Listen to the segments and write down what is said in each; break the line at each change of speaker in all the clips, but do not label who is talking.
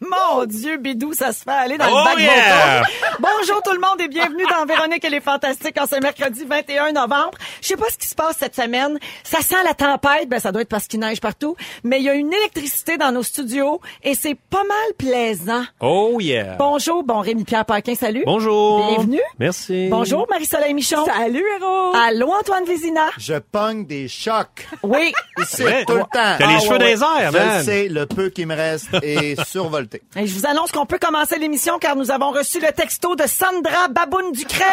Mon Dieu, Bidou, ça se fait aller dans le bac
Oh, yeah!
moto. Bonjour tout le monde et bienvenue dans Véronique et les Fantastiques en ce mercredi 21 novembre. Je sais pas ce qui se passe cette semaine. Ça sent la tempête, ben ça doit être parce qu'il neige partout, mais il y a une électricité dans nos studios et c'est pas mal plaisant.
Oh yeah!
Bonjour, bon Rémi-Pierre Paquin, salut.
Bonjour!
Bienvenue.
Merci.
Bonjour Marie-Soleil Michon. Salut, héros. Allô Antoine Vézina.
Je pogne des chocs.
Oui.
Ici,
Ouais.
tout le temps. Ah
T'as les cheveux dans les airs,
Je
man.
le sais, le peu qui me reste est survolté.
Et je vous annonce qu'on peut commencer l'émission car nous avons reçu le texto de Sandra Baboun Ducreg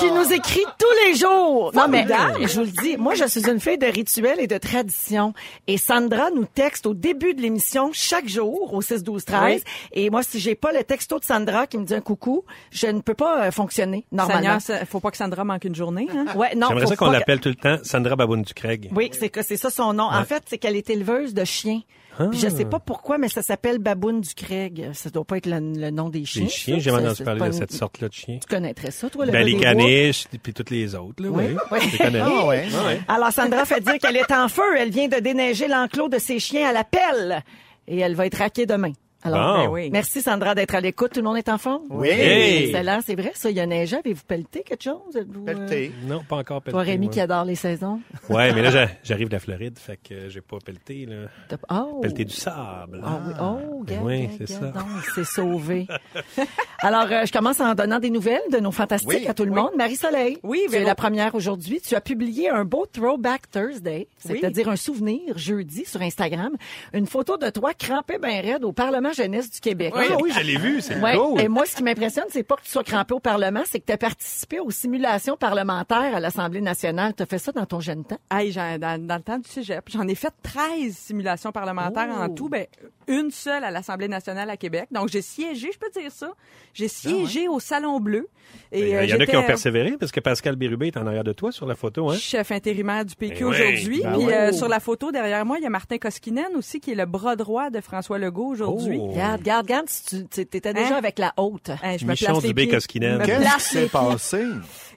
qui nous écrit tous les jours. Non mais je vous le dis, moi je suis une fille de rituel et de tradition et Sandra nous texte au début de l'émission chaque jour au 6 12 13 et moi si j'ai pas le texto de Sandra qui me dit un coucou, je ne peux pas euh, fonctionner normalement.
Seigneur, ça- faut pas que Sandra manque une journée. Hein?
Ouais, non,
J'aimerais
faut
ça qu'on
pas que-
l'appelle tout le temps Sandra Baboun Ducreg.
oui, c'est que c'est ça son nom. En fait, c'est qu'elle est éleveuse de chiens. Puis
Ah.
je sais pas pourquoi, mais ça s'appelle Baboune du Craig. Ça doit pas être le, le nom des chiens.
Les chiens,
ça.
j'ai
Ça,
entendu
c'est
parler
pas
de
une-
cette sorte-là de chiens.
Tu connaîtrais ça, toi, le
Ben,
gars
les
des bois?
caniches, puis toutes les autres, là, oui.
Oui.
Les caniches.
Ah ouais.
Alors, Sandra fait dire qu'elle est en feu. Elle vient de déneiger l'enclos de ses chiens à la pelle. Et elle va être raquée demain. Alors,
Bon.
ben oui.
merci, Sandra, d'être à l'écoute. Tout le monde est en forme?
Oui.
Hey.
Excellent, c'est vrai. Ça, il y a neigé. Avez-vous pelleté quelque chose? Êtes-vous, euh,
Pelleté.
Non, pas encore pelleté.
Toi, Rémi,
moi.
qui adore les saisons.
Ouais, mais là, j'a- j'arrive de la Floride, fait que euh, j'ai pas pelleté, là.
T'as- Oh!
Pelleté du sable.
Ah oui, oh, regarde,
ben Oui,
regarde,
c'est ça.
regarde donc, il s'est sauvé. Alors, euh, je commence en donnant des nouvelles de nos fantastiques
Oui.
à tout le monde. Marie-Soleil,
Oui,
tu es
Véro.
la première aujourd'hui. Tu as publié un beau Throwback Thursday,
Oui.
c'est-à-dire un souvenir jeudi sur Instagram. Une photo de toi crampé ben raide au Parlement jeunesse du Québec.
Ah oui, je l'ai vu, c'est
Ouais.
cool.
Et moi, ce qui m'impressionne, c'est pas que tu sois crampé au Parlement, c'est que tu as participé aux simulations parlementaires à l'Assemblée nationale. Tu as fait ça dans ton jeune temps.
Hey, j'en- dans, dans le temps du cégep, j'en ai fait 13 simulations parlementaires
Oh.
en tout, ben, une seule à l'Assemblée nationale à Québec. Donc, j'ai siégé, je peux dire ça.
Ah
J'ai siégé au Salon Bleu.
Ben, Il
euh,
y en a qui
j'étais,
ont persévéré, parce que Pascal Bérubé est en arrière de toi sur la photo, hein.
chef intérimaire du PQ
Ben oui.
aujourd'hui.
Ben
Puis
oui.
euh, sur la photo derrière moi, il y a Martin Koskinen aussi, qui est le bras droit de François Legault aujourd'hui.
Oh.
Regarde, regarde, regarde, si tu étais déjà
Hein?
avec la haute.
Hey, je me
Michon
place les
Dubé
pieds.
Koskinen.
Je me
Qu'est-ce qui
place les
s'est
pieds.
passé?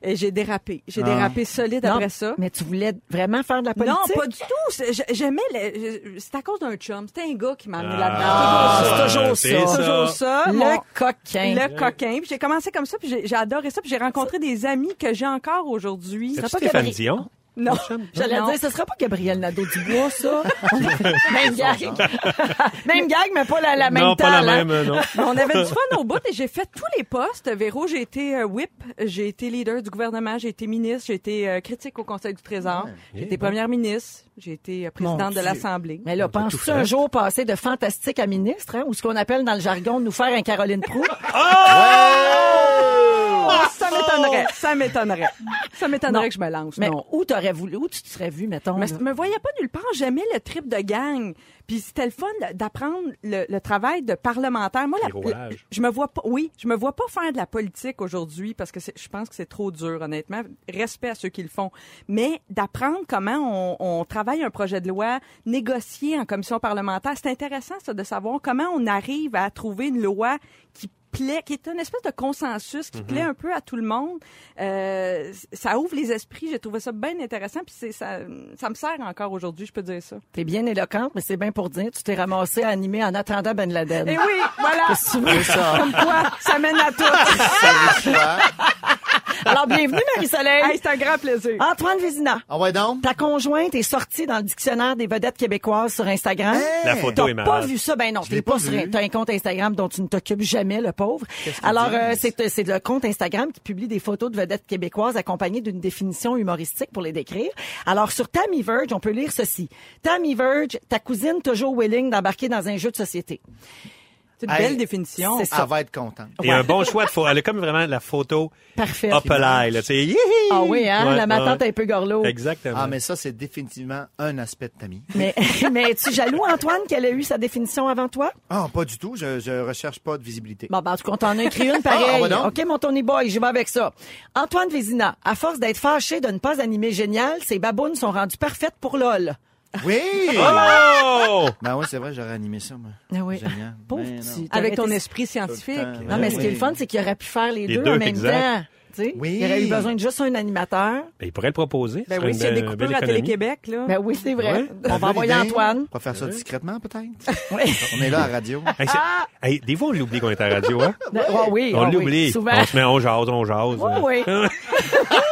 Et j'ai dérapé. J'ai
Ah.
dérapé solide
Non,
après ça.
Mais tu voulais vraiment faire de la politique?
Non, pas du tout. C'est- j'- J'aimais. le- C'est à cause d'un chum. C'était un gars qui m'a amené
Ah,
là-dedans.
ça,
toujours
c'est ça.
Toujours ça.
Le
Mon-
coquin.
le coquin. Puis J'ai commencé comme ça, puis j'ai j'ai adoré ça, puis j'ai rencontré des amis que j'ai encore aujourd'hui.
C'est
pas
Stéphane
Gabriel.
Dion.
Non.
J'allais
Non.
dire, ce sera pas Gabriel Nadeau-Dubois, ça. même gag. même gag, mais pas la, la même
non, pas
talent.
la même, euh, non.
Mais On avait du fun au bout et j'ai fait tous les postes. Véro, j'ai été euh, whip, j'ai été leader du gouvernement, j'ai été ministre, j'ai été euh, critique au Conseil du Trésor, j'ai été première ministre, j'ai été euh, présidente de l'Assemblée.
Mais là, penses-tu un jour passer de fantastique à ministre, hein, ou ce qu'on appelle dans le jargon nous faire un Caroline Proulx?
Ah, ça m'étonnerait, ça m'étonnerait. Ça m'étonnerait que je me lance.
mais
non.
où t'aurais voulu, où tu te serais vu, mettons?
Mais
là?
je me voyais pas nulle part. J'aimais le trip de gang. Puis c'était le fun de- d'apprendre le, le travail de parlementaire. Moi, la-
Pirouage.
je me vois pas. Oui, je me vois pas faire de la politique aujourd'hui parce que c'est- je pense que c'est trop dur, honnêtement. Respect à ceux qui le font, mais d'apprendre comment on, on travaille un projet de loi, négocier en commission parlementaire, c'est intéressant ça de savoir comment on arrive à trouver une loi qui plaît, qui est une espèce de consensus qui plaît un peu à tout le monde. Euh, ça ouvre les esprits. J'ai trouvé ça bien intéressant. Puis c'est ça, ça me sert encore aujourd'hui, je peux dire ça.
T'es bien éloquente, mais c'est bien pour dire, tu t'es ramassé à animer en attendant Ben Laden.
Et oui, voilà.
Qu'est-ce que tu veux, ça?
Comme quoi, ça mène à tout.
Ah! Alors, bienvenue, Marie-Soleil.
Hey, c'est un grand plaisir.
Antoine Vézina.
Ah ouais donc?
Ta conjointe est sortie dans le dictionnaire des vedettes québécoises sur Instagram.
La photo
T'as
est
pas
malade.
vu ça? Ben non, tu
l'ai
pas
pas
sur
vu.
un- t'as un compte Instagram dont tu ne t'occupes jamais, le pauvre. Alors, euh, c'est c'est le compte Instagram qui publie des photos de vedettes québécoises accompagnées d'une définition humoristique pour les décrire. Alors, sur Tammy Verge, on peut lire ceci. Tammy Verge, ta cousine toujours willing d'embarquer dans un jeu de société.
C'est une
Hey,
belle définition.
c'est ça.
Elle va être contente.
Et un bon choix de photo. Elle a comme vraiment la photo
Parfait.
up alive, là, tu sais. Yihi!
Ah oui, hein?
Ouais,
la matante
ouais.
est un peu gorlot.
Exactement.
Ah, mais ça, c'est définitivement un aspect de ta vie.
Mais, mais es-tu jaloux, Antoine, qu'elle a eu sa définition avant toi?
Ah, pas du tout. Je, je recherche pas de visibilité.
Bon, ben, en tout cas, on t'en a écrit une
Ah,
pareille.
on va donc.
OK, mon Tony Boy, j'y vais avec ça. Antoine Vézina, à force d'être fâché de ne pas animer Génial, ses babounes sont rendues parfaites pour LOL.
Oui!
Oh!
Ben oui, c'est vrai, j'aurais animé ça, moi.
Ah oui.
Génial.
Pauvre
Ben non.
petit.
Ah, Avec ton
T'aurais été-
esprit scientifique.
Tout le temps.
Non, mais ce qui est
Ben Oui.
le fun, c'est qu'il aurait pu faire les,
Les
deux, en
deux,
même
exact.
temps. Tu sais,
Oui.
Il aurait eu besoin de juste un animateur.
Ben, il pourrait le proposer. C'est
Ben oui,
une
s'il y a des
belle-
coupures
belle
à
économie.
Télé-Québec, là.
Ben oui, c'est vrai. On
Ben,
va
bonne
envoyer
idée.
Antoine.
On va faire ça discrètement, peut-être.
Oui.
On est là à la radio.
Hey, c'est- hey, des fois, on l'oublie qu'on est à la radio, hein?
Ah oui,
On
ah oui,
l'oublie.
Souvent.
On se met, on jase, on jase.
Oui, oui.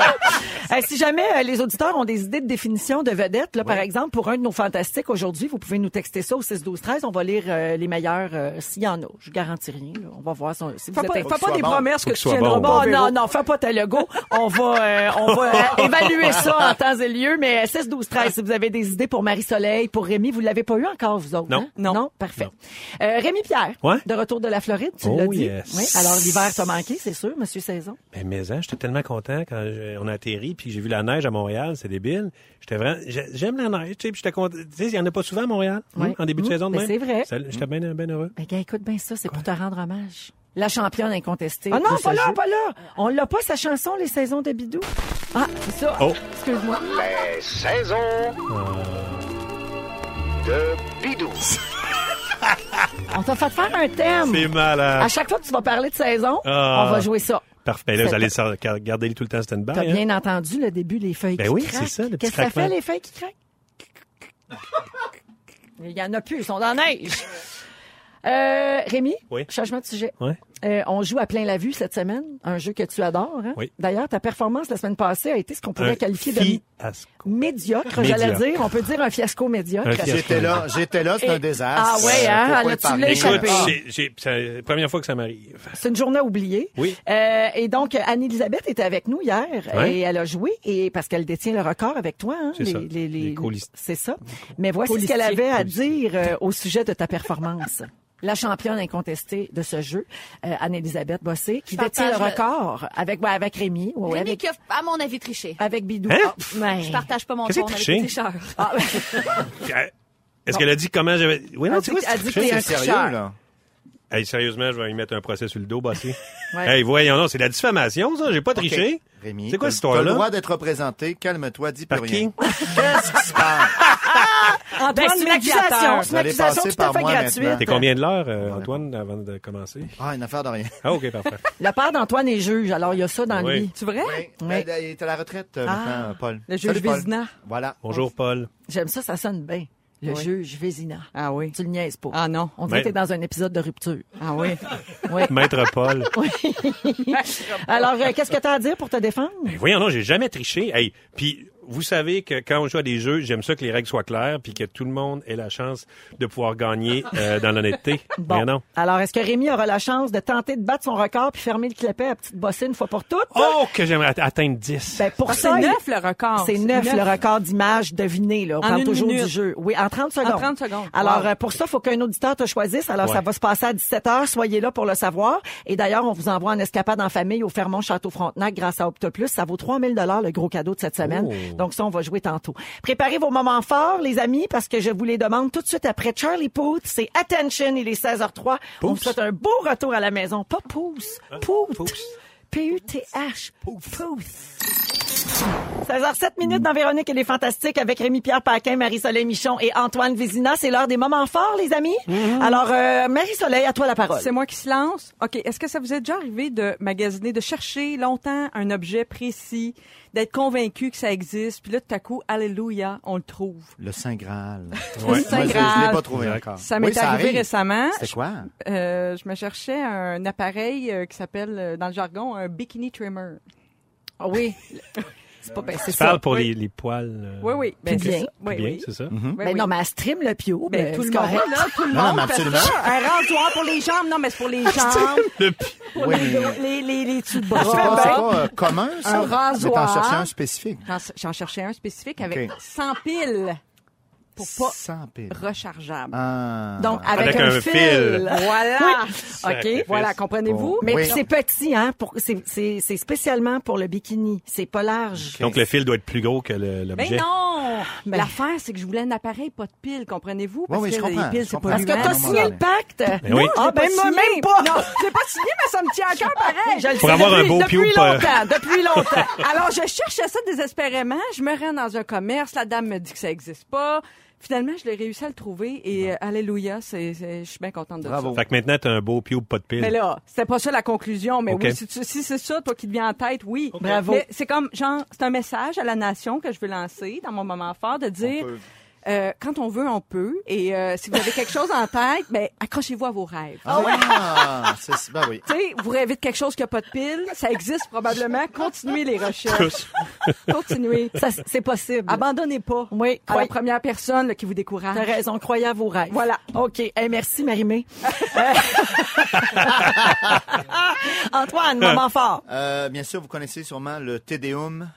Euh, si jamais euh, les auditeurs ont des idées de définition de vedette, là, par exemple, pour un de nos fantastiques aujourd'hui, vous pouvez nous texter ça au 6 12 13 On va lire euh, les meilleurs euh, s'il y en a. Je garantis rien. là. On va voir si, on- si vous
Fais pas,
êtes
fais ben, pas
soit
des
bon.
promesses
Faut
que
que
tu
soit
tiendras
bon.
Bon,
pas.
non,
Véro.
non, fais pas ta logo. On va, euh, on va euh, évaluer ça en temps et lieu, mais euh, 16, 12, 13, si vous avez des idées pour Marie-Soleil, pour Rémi, vous l'avez pas eu encore, vous autres?
Non.
hein?
Non.
Parfait. Euh, Rémi-Pierre,
Ouais.
de retour de la Floride, tu
Oh,
l'as dit.
yes.
Oui, alors l'hiver t'a manqué, c'est sûr, Monsieur Saison.
Mais mais hein, j'étais tellement content quand je- on a atterri puis j'ai vu la neige à Montréal, c'est débile. J'étais vraiment j'ai- j'aime la neige, tu sais, puis j'étais content. Tu sais, il y en a pas souvent à Montréal
Ouais.
hein, en début de
Mm.
saison de
Mais
même.
c'est vrai.
Ça- J'étais bien bien heureux.
Ben, gars, écoute bien ça, c'est pour te rendre hommage. La championne incontestée.
Ah non,
de ce
pas là,
jeu. pas là. On l'a pas, sa chanson, Les Saisons de Bidou. Ah, c'est ça.
Oh. Euh.
Excuse-moi. On t'a fait faire un thème.
C'est malade.
À chaque fois que tu vas parler de saison,
Ah.
on va jouer ça.
Parfait. Ben là, vous
C'est-
allez sor- garder les tout le temps stand-by.
T'as
hein.
bien entendu le début, les feuilles
Ben
qui
oui,
craquent.
c'est ça, le petit
Qu'est-ce que ça
craquement.
fait, les feuilles qui craquent? Il y en a plus, ils sont dans la neige. Euh, Rémi,
Oui.
changement de sujet.
Ouais.
Euh, on joue à plein la vue cette semaine, un jeu que tu adores. Hein?
Oui.
D'ailleurs, ta performance la semaine passée a été ce qu'on pourrait
Un
qualifier de
fiasco.
médiocre, j'allais
Médiocre.
dire. On peut dire un fiasco médiocre.
Un fiasco.
J'étais là, j'étais là, c'est
Et-
un désastre. Euh,
Ah ouais, hein,
Faut pas
là,
y
tu
parler.
l'as échappé.
Écoute,
Ah.
j'ai- j'ai- c'est la première fois que ça m'arrive.
C'est une journée oubliée.
Oui.
Euh, et donc, Anne-Elisabeth était avec nous hier
Ouais.
et elle a joué et parce qu'elle détient le record avec toi. Hein,
C'est ça. Les coulisses.
C'est ça. Mais voici ce qu'elle avait à dire euh, au sujet de ta performance. La championne incontestée de ce jeu, euh, Anne-Elisabeth Bossé, qui détient le
partage
record avec, ouais, avec Rémi, ouais,
Rémi
avec,
qui a, à mon avis, triché.
avec Bidou.
Hein?
Ah, ben,
Je partage pas mon
Qu'est-ce
tour
que
avec
tricher?
les tricheurs.
ah,
Puis, euh, Est-ce qu'elle a dit comment j'avais. Oui,
Elle
non,
dit-
tu vois,
elle dit
c'est-
que t'es
C'est
un tricheur.
sérieux, là.
Hey, sérieusement, je vais y mettre un procès sur le dos, bossé.
Ouais.
Hey, voyons, non, c'est de la diffamation, ça. J'ai pas triché.
Rémi,
C'est quoi
t'as-
cette
T'as le
histoire-là?
droit d'être représenté. Calme-toi, dis plus
Par qui?
rien. Qu'est-ce qui se passe?
Ben, c'est une accusation. C'est
Vous
une
allez
accusation
passer
tout à
par
fait
moi
gratuite.
maintenant.
T'es combien de l'heure, euh, Antoine, avant de commencer?
Ah, une affaire de rien.
Hein?
Ah, OK, parfait.
Le père d'Antoine est juge, alors il y a ça dans
Oui.
lui.
Tu vrai?
Oui. Ben, Il est à la retraite euh, maintenant, Paul.
Ah, Le juge
Salut, Paul.
Vézina.
Voilà.
Bonjour, Paul.
J'aime ça, ça sonne bien. Le
Oui.
juge Vézina.
Ah oui.
Tu le niaises pas.
Ah non.
On dirait
Mais-
que t'es dans un épisode de rupture.
Ah oui.
Oui.
Maître Paul.
Alors, euh, qu'est-ce que t'as à dire pour te défendre?
Ben, voyons, non, j'ai jamais triché. Hey, puis vous savez que quand on joue à des jeux, j'aime ça que les règles soient claires puis que tout le monde ait la chance de pouvoir gagner euh, dans l'honnêteté.
Bon.
Mais non.
Alors, est-ce que Rémi aura la chance de tenter de battre son record puis fermer le clapet à petite bossée une fois pour toutes?
Oh, que j'aimerais at- atteindre 10.
Ben, pour
Ah,
ça,
c'est
il-
neuf le record.
C'est neuf, le record d'images devinées. Là. On
En
parle
une
toujours
minute.
du jeu. Oui, en 30 secondes.
30 secondes.
Alors,
Wow.
euh, pour ça, il faut qu'un auditeur te choisisse. Alors,
Ouais.
ça va se passer à 17 h Soyez là pour le savoir. Et d'ailleurs, on vous envoie en escapade en famille au Fermont Château Frontenac grâce à Optoplus. Ça vaut 3000 dollars le gros cadeau de cette semaine.
Oh.
Donc, ça, on va jouer tantôt. Préparez vos moments forts, les amis, parce que je vous les demande tout de suite après Charlie Puth. C'est Attention, il est 16h03. On vous
Pouce. Hein?
souhaite un beau retour à la maison. Pas pouce, Puth.
Pouce.
P-U-T-H. Pouth. 16h07 minutes dans Véronique et les Fantastiques avec Rémi-Pierre Paquin, Marie-Soleil Michon et Antoine Vézina. C'est l'heure des moments forts, les amis. Alors, euh, Marie-Soleil, à toi la parole.
C'est moi qui se lance. OK. Est-ce que ça vous est déjà arrivé de magasiner, de chercher longtemps un objet précis, d'être convaincu que ça existe, puis là, tout à coup, alléluia, on le trouve.
Le Saint Graal.
Ouais.
Saint
Moi, je- Je
Graal.
l'ai pas trouvé encore.
Ça m'est
Oui,
arrivé
arrive.
récemment.
C'était quoi?
Euh, je me cherchais un appareil euh, qui s'appelle, euh, dans le jargon, un bikini trimmer.
Ah oui. c'est pas ben, c'est
Je parle
ça.
pour
oui.
les, les poils. euh,
Oui, oui. Ben,
Puis bien.
c'est ça. Oui,
Bien,
oui.
c'est ça?
Mhm.
Oui,
Ben
oui.
non, mais elle stream le pio.
Ben,
ben,
tout le
c'est
monde,
correct.
là, tout le
Non,
monde
non, mais
fait
absolument. Ah,
ça. Un rasoir pour les jambes. Non, mais c'est pour les jambes,
Le pi-
pour
Oui,
les,
mais-
dos, les, les, les dessous de
C'est
bras.
pas, c'est
Ben,
pas, euh, commun, ça?
Un
Vous êtes en
rasoir.
cherchant un spécifique.
J'en, j'en cherchais un spécifique avec
Ok.
100 piles. pour pas
Sans pile.
rechargeable.
Ah.
Donc,
Avec
avec,
un fil.
Voilà.
Sacrifice.
OK, voilà, comprenez-vous?
Mais
Oui.
puis c'est petit, hein? Pour, c'est, c'est, c'est spécialement pour le bikini. C'est pas large.
Donc, le fil doit être plus gros que le-
Mais
l'objet.
non!
ben-
L'affaire, c'est que je voulais un appareil, pas de pile, comprenez-vous?
oui, je
que
comprends,
les piles,
je
c'est
comprends.
pas
Parce que t'as
Non,
signé
non,
le pacte.
Ben oui.
Ah, ben, moi, même pas.
Non, je l'ai pas Ah, signé, mais ça me tient à cœur pareil.
Je le
Pour
sais
avoir un
depuis-
beau
depuis
piouf, euh.
longtemps, depuis longtemps.
Alors, je cherchais ça désespérément. Je me rends dans un commerce. La dame me dit que ça existe pas. Finalement, je l'ai réussi à le trouver et euh, alléluia, c'est, c'est- je suis bien contente de
Bravo.
ça.
Fait que maintenant, t'as un beau pioube, pas de pile.
Mais Ben là, c'était pas ça la conclusion, mais
Ok.
oui, si, tu- si c'est ça, toi qui te viens en tête, oui.
Bravo.
Mais c'est comme, genre, c'est un message à la nation que je veux lancer dans mon moment fort de dire,
peut.
euh, quand on veut, on peut. Et euh, si vous avez quelque chose en tête, ben, accrochez-vous à vos rêves.
Ah, c'est- ben oui.
Tu sais, vous rêvez de quelque chose qui n'a pas de pile, ça existe probablement. Continuez les recherches.
Tous.
Continuez.
Ça, c'est possible.
Abandonnez pas.
Oui,
À
oui.
la première personne là, qui vous décourage.
T'as raison, croyez à vos rêves.
Voilà.
OK. Eh, merci, Marimé. Antoine, moment fort.
Euh, bien sûr, vous connaissez sûrement le Tédéum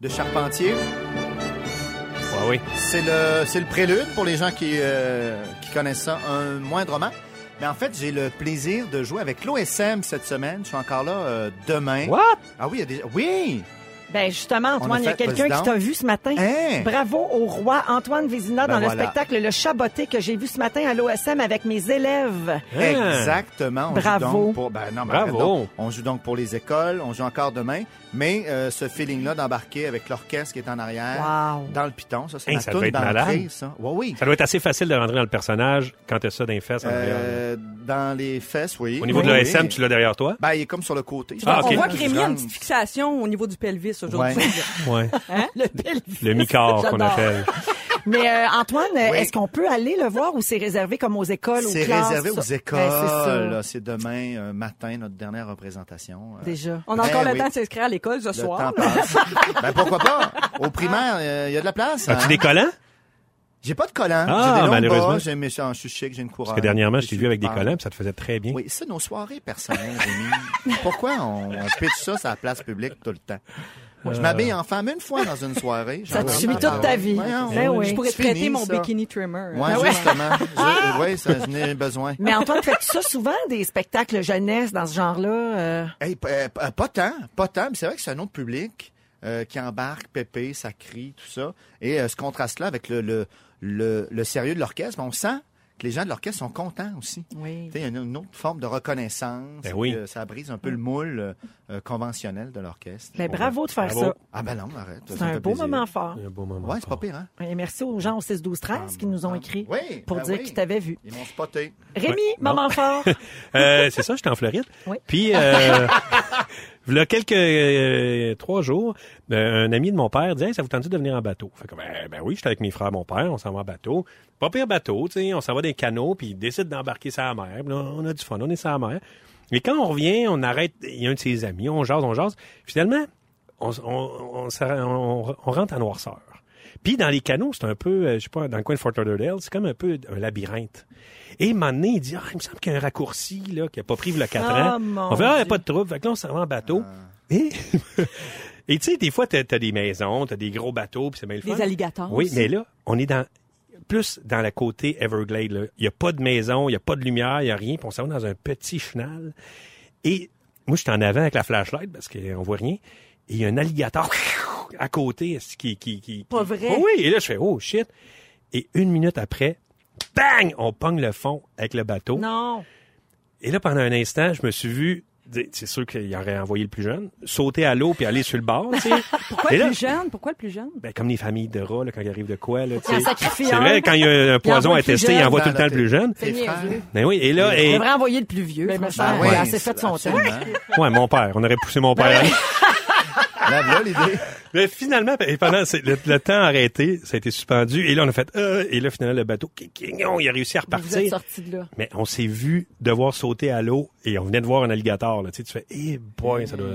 de Charpentier.
Ah oui.
C'est le, c'est le prélude pour les gens qui, euh, qui connaissent ça un moindrement. Mais en fait, j'ai le plaisir de jouer avec l'OSM cette semaine. Je suis encore là euh, demain.
What?
Ah oui, il y a des... Oui!
Ben,
On
justement,
a
Antoine, il y a
fait
quelqu'un
président.
qui t'a vu ce matin.
Hein?
Bravo au roi Antoine Vézina
Ben
dans le
voilà.
spectacle Le Chaboté que j'ai vu ce matin à l'OSM avec mes élèves.
Exactement. On
Bravo.
Joue donc pour, ben non, mais
Hein? Bravo.
arrête donc. on joue donc pour les écoles. On joue encore demain. Mais euh, ce feeling-là d'embarquer avec l'orchestre qui est en arrière,
Wow.
dans le piton, ça, c'est
Hey,
ma
ça
toune
doit être malade.
d'entrée, ça. Ouais, oui,
Ça doit être assez facile de rentrer dans le personnage quand t'as ça dans les fesses. en arrière.
Euh, dans les fesses, oui.
Au niveau de
Oui,
l'OSM,
oui.
tu l'as derrière toi?
Ben, il est comme sur le côté.
Ah,
On
ok.
voit que Rémi a une
Je
petite fixation au niveau du pelvis aujourd'hui.
Ouais.
Ouais.
Le pelvis.
Le mi-corps qu'on
J'adore.
appelle.
Mais euh, Antoine,
Oui.
est-ce qu'on peut aller le voir ou c'est réservé comme aux écoles,
C'est
aux classes?
réservé aux
Ben, c'est
écoles.
ça.
là. c'est demain euh, matin, notre dernière représentation. Euh,
Déjà.
On a encore
Ben
le
oui.
temps de s'inscrire à l'école ce
le
soir.
temps
là.
passe. ben, pourquoi pas? Au primaire, euh, il y a de la place.
As-tu
hein?
des collants?
J'ai pas de collants.
Ah,
j'ai des longs
malheureusement.
bas, j'ai mes- je suis chic, j'ai une couronne.
Parce que dernièrement, je t'ai
suis
vu avec des
super.
collants, puis ça te faisait très bien.
Oui, c'est nos soirées personnelles, Rémi. Pourquoi on, on pitche ça sur la place publique tout le temps? Je
Euh.
m'habille en femme une fois dans une soirée.
Ça te
J'en
suit
veux
toute ta vie. Ah
Voyons.
Ben oui.
Je pourrais te
hein. C'est fini,
prêter mon
ça.
bikini trimmer. Ben
Ouais, justement. Je- ouais, ça, je n'ai besoin.
Mais Antoine, fais-tu ça souvent, des spectacles jeunesse dans ce genre-là? euh?
Hey, p- euh, p- euh, pas tant, pas tant. mais C'est vrai que c'est un autre public euh, qui embarque, pépé, ça crie, tout ça. Et euh, ce contraste-là avec le, le, le, le sérieux de l'orchestre, ben, on sent que les gens de l'orchestre sont contents aussi.
Oui.
Tu sais, Il y a une, une autre forme de reconnaissance.
Ben oui.
Euh, ça brise un peu le moule euh, euh, conventionnel de l'orchestre.
Ben, bravo de faire
Bravo.
ça.
Ah ben non, arrête.
C'est
ça me
un
fait
beau
plaisir.
moment fort.
Un beau moment.
Ouais, c'est pas pire, hein?
Et merci aux gens au 6 12 13 qui nous ont écrit
oui,
pour
ben
dire
oui.
qu'ils t'avaient vu.
Ils m'ont spoté.
Rémi,
Ouais, non.
moment fort.
Euh, c'est ça, j'étais en Floride.
Oui.
Puis, euh, il y a quelques euh, trois jours, euh, un ami de mon père disait Hey, Ça vous tente de venir en bateau Fait que, ben, ben oui, j'étais avec mes frères, mon père, on s'en va en bateau. Pas pire bateau, tu sais, on s'en va des canaux, puis ils décident d'embarquer sur la mer. Puis là, on a du fun, on est sur la mer. Mais quand on revient, on arrête, il y a un de ses amis, on jase, on jase. Finalement, on, s- on, on, s'arr- on, on rentre en noirceur. Puis dans les canaux, c'est un peu, euh, je sais pas, dans le coin de Fort Lauderdale, c'est comme un peu un labyrinthe. Et un moment donné, il dit, ah, il me semble qu'il y a un raccourci, là, qui a pas pris le 4
Ah,
ans.
mon
on fait, ah, il y a
Dieu.
pas de trouble. Fait que là, on s'en va en bateau. Et, et tu sais, des fois, t'as, t'as des maisons, t'as des gros bateaux, puis c'est bien le
Des
fun.
alligators.
Oui, mais là, on est dans plus dans la côté Everglade. là. Il n'y a pas de maison, il n'y a pas de lumière, il n'y a rien. Puis on s'en va dans un petit chenal. Et moi, je suis en avant avec la flashlight parce qu'on voit rien. Et il y a un alligator à côté est-ce, qui, qui, qui...
Pas
qui-
vrai.
Oh oui, et là, je fais « Oh, shit! » Et une minute après, bang! On pogne le fond avec le bateau.
non.
Et là, pendant un instant, je me suis vu... dire- C'est sûr qu'il aurait envoyé le plus jeune. Sauter à l'eau puis aller sur le bord, tu sais.
Pourquoi
Et
le
là-
plus jeune? Pourquoi le plus jeune?
ben, comme les familles de rats, là, quand il arrive de quoi, là, tu
Il en
sais.
sacrifie
C'est
un.
vrai, quand il y a un poison
envoie
à
le plus
tester, il
jeune.
envoie tout le
Dans
temps le plus jeune.
tes frères.
Mais oui, et là,
On
et...
devrait envoyer le plus vieux.
Ben, Mais me
franchement.
semble.
Ah, Ouais,
Oui,
elle s'est fait son temps.
absolument.
ouais, mon père, on aurait poussé mon père.
Là, voilà l'idée.
Mais finalement, ben, et pendant c'est- le, le temps arrêté, ça a été suspendu, et là, on a fait, euh, et là, finalement, le bateau, qui- qui- non, il a réussi à
Vous êtes
repartir.
sortis de là.
Mais on s'est vu devoir sauter à l'eau, et on venait de voir un alligator, là, tu sais, tu fais, eh, boy, ça doit...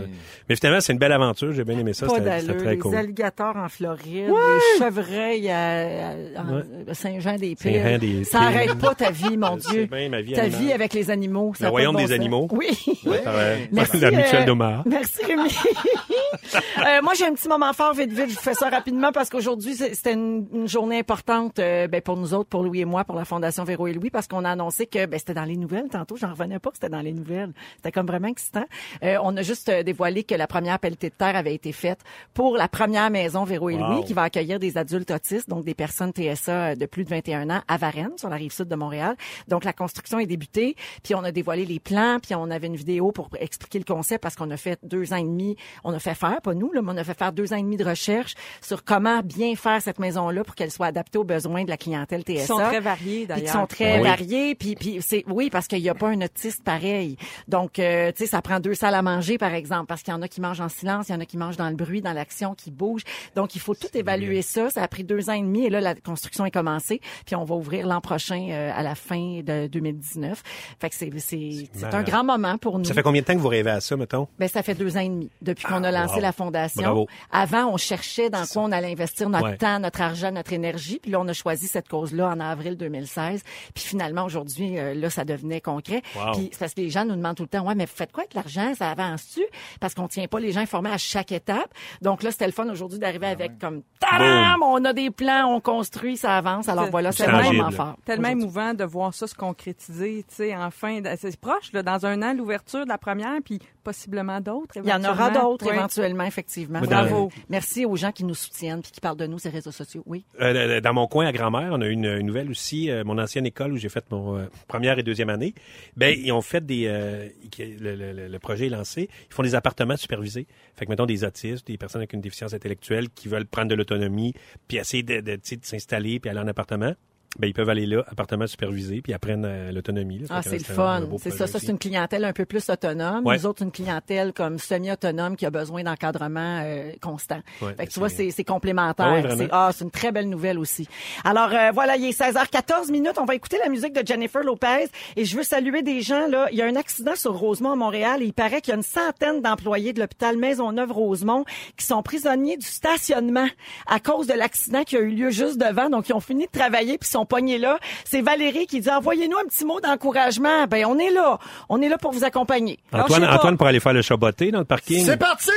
Mais finalement, c'est une belle aventure, j'ai bien aimé ça,
pas
c'était c'était
d'allure.
très
Les
cool.
alligators en Floride, les chevreuils à, à- en- Saint-Jean-des-Piles.
Saint-Jean-des-Piles.
Ça arrête pas ta vie, mon
Je
Dieu.
sais bien, ma vie
ta
animale.
vie avec les animaux. ça
Le
a pas
royaume
de bon
des
sens.
animaux.
Oui.
Ouais, par, euh,
Merci,
la mutuelle
euh,
d'Omar.
Merci Rémi. Euh, moi j'ai un petit moment tellement fort, vite, vite, je vous fais ça rapidement parce qu'aujourd'hui, c'est- c'était une, une journée importante euh, ben, pour nous autres, pour Louis et moi, pour la Fondation Véro et Louis, parce qu'on a annoncé que ben, c'était dans les nouvelles tantôt. J'en revenais pas que c'était dans les nouvelles. C'était comme vraiment excitant. Euh, on a juste euh, dévoilé que la première pelletée de terre avait été faite pour la première maison Véro et
Wow.
Louis qui va accueillir des adultes autistes, donc des personnes TSA euh, de plus de 21 ans à Varennes, sur la rive sud de Montréal. Donc la construction est débutée, puis on a dévoilé les plans, puis on avait une vidéo pour expliquer le concept parce qu'on a fait deux ans et demi, on a fait faire, pas nous, là, mais on a fait faire deux ans et demi de recherche sur comment bien faire cette maison-là pour qu'elle soit adaptée aux besoins de la clientèle TSA.
Ils sont très variés,
Puis qui
d'ailleurs.
sont très
Ben Oui.
variés. Puis, puis c'est oui parce qu'il n'y a pas un autiste pareil. Donc euh, tu sais ça prend deux salles à manger par exemple parce qu'il y en a qui mangent en silence, il y en a qui mangent dans le bruit, dans l'action, qui bougent. Donc il faut tout évaluer ça. Ça a pris deux ans et demi et là la construction est commencée. Puis on va ouvrir l'an prochain euh, à la fin de 2019. Fait que c'est c'est c'est un
malade.
grand moment pour nous.
Ça fait combien de temps que vous rêvez à ça, mettons?
Ben, ça fait deux ans et demi depuis qu'on a
Ah,
lancé
wow.
la fondation.
Bravo.
Avant, on cherchait dans quoi on allait investir notre
Ouais.
temps, notre argent, notre énergie. Puis là, on a choisi cette cause-là en avril 2016. Puis finalement, aujourd'hui, euh, là, ça devenait concret.
Wow.
Puis c'est parce que les gens nous demandent tout le temps, ouais, mais vous faites quoi avec l'argent? Ça avance-tu? Parce qu'on tient pas les gens informés à chaque étape. Donc là, c'était le fun aujourd'hui
Ah
d'arriver avec comme, tadam! On a des plans, on construit, ça avance. Alors
C'est-
Ben voilà, c'est
c'est
un
tangible.
moment fort.
Tellement
aujourd'hui.
émouvant de voir ça se concrétiser, tu sais, enfin. C'est proche, là, dans un an, l'ouverture de la première, puis possiblement d'autres.
Il y en aura d'autres
éventuellement. Oui.
éventuellement, effectivement.
Mais dans-
Bravo. Merci aux gens qui nous soutiennent puis qui parlent de nous sur les réseaux sociaux. Oui.
Euh, dans mon coin à grand-mère, on a eu une, une nouvelle aussi, euh, mon ancienne école où j'ai fait mon euh, première et deuxième année. Ben ils ont fait des euh, qui- le, le- le- le projet est lancé, ils font des appartements supervisés. Fait que mettons des autistes, des personnes avec une déficience intellectuelle qui veulent prendre de l'autonomie, puis essayer de, de, tu sais, de s'installer puis aller en appartement. Ben ils peuvent aller là, appartement supervisé, puis apprennent euh, l'autonomie. là.
Ah,
Fait
c'est
que
le
un- un
fun.
beau
C'est
projet
ça, ça
aussi.
c'est une clientèle un peu plus autonome.
Ouais.
Nous autres, une clientèle comme semi-autonome qui a besoin d'encadrement euh, constant.
Ouais,
fait que tu
c'est-
vois, c'est c'est complémentaire.
Ah ouais, vraiment.
c'est ah, c'est une très belle nouvelle aussi. Alors euh, voilà, il est 16h14 minutes. On va écouter la musique de Jennifer Lopez et je veux saluer des gens là. Il y a un accident sur Rosemont à Montréal et il paraît qu'il y a une centaine d'employés de l'hôpital Maisonneuve Rosemont qui sont prisonniers du stationnement à cause de l'accident qui a eu lieu juste devant. Donc ils ont fini de travailler puis ils sont pognés là. C'est Valérie qui dit envoyez-nous un petit mot d'encouragement. Ben on est là, on est là pour vous accompagner.
Antoine,
Lâchez pas.
Antoine pour aller faire le chaboté dans le parking.
C'est parti!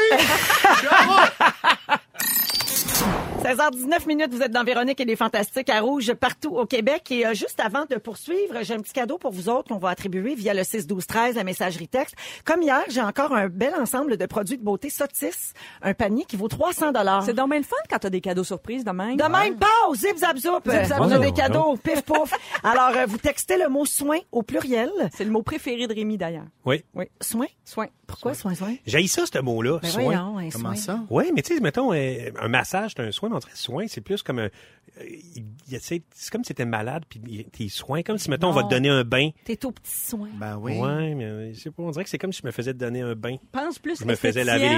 Bravo!
16h19 minutes, vous êtes dans Véronique et les Fantastiques à Rouge partout au Québec. Et euh, juste avant de poursuivre, j'ai un petit cadeau pour vous autres qu'on va attribuer via le 6-12-13, la messagerie texte. Comme hier, j'ai encore un bel ensemble de produits de beauté Sotis, un panier qui vaut 300 dollars.
C'est donc bien le fun quand t'as des cadeaux surprises de même.
De même, pause, zip, zap, zoup.
zap,
On a
zoup.
des cadeaux, pif, pouf. Alors, euh, vous textez le mot soin au pluriel.
C'est le mot préféré de Rémi, d'ailleurs.
Oui.
Soin?
Soin.
Pourquoi soin, soin?
J'ai ça ce mot-là.
Ben
soin.
voyons, un
Comment
soin.
ça?
Oui, mais tu sais, mettons, euh, un massage, c'est un soin, mais on dirait soin, c'est plus comme un... euh, il- il essaie- c'est comme si t'étais malade, puis il- t'es soin, comme si, mettons, on va
non.
te donner un bain.
T'es tout petit soin.
Ben oui.
Ouais, mais euh, je sais pas, on dirait que c'est comme si je me faisais te donner un bain.
Pense plus
Je me faisais laver les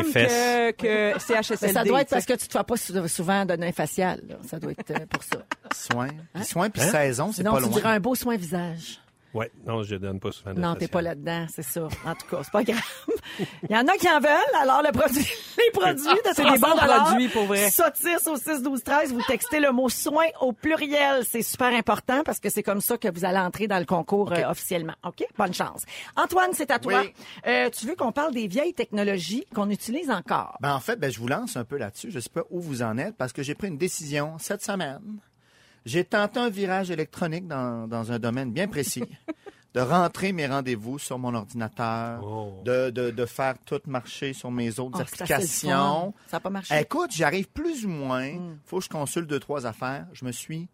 esthéticienne Que, que
Mais
CHSLD.
Ben, ça doit être
tu sais.
parce que tu te fais pas sou- souvent donner un facial. là. Ça doit être euh, pour ça.
Soin. Puis Soin puis saison, c'est
Hein? Sinon,
pas
tu
loin.
dirais un beau soin visage.
Ouais, non, je donne pas souvent de
Non, t'es
facial.
pas là-dedans, c'est ça. En tout cas, c'est pas grave. Il y en a qui en veulent, alors le produit, les produits de
C'est des
300
bons produits, pour vrai.
Sotis au 6 12 13, vous textez le mot soin au pluriel, c'est super important parce que c'est comme ça que vous allez entrer dans le concours euh, officiellement. OK, bonne chance. Antoine, c'est à toi.
Oui.
Euh, tu veux qu'on parle des vieilles technologies qu'on utilise encore
Ben, en fait, ben, je vous lance un peu là-dessus. Je sais pas où vous en êtes parce que j'ai pris une décision cette semaine. J'ai tenté un virage électronique dans, dans un domaine bien précis. de rentrer mes rendez-vous sur mon ordinateur,
Oh.
de, de, de faire tout marcher sur mes autres
Oh, c'est assez le fun.
applications. Eh,
Ça n'a pas marché.
Écoute, j'arrive plus ou moins.
Hmm.
Faut que je consulte deux, trois affaires. Je me suis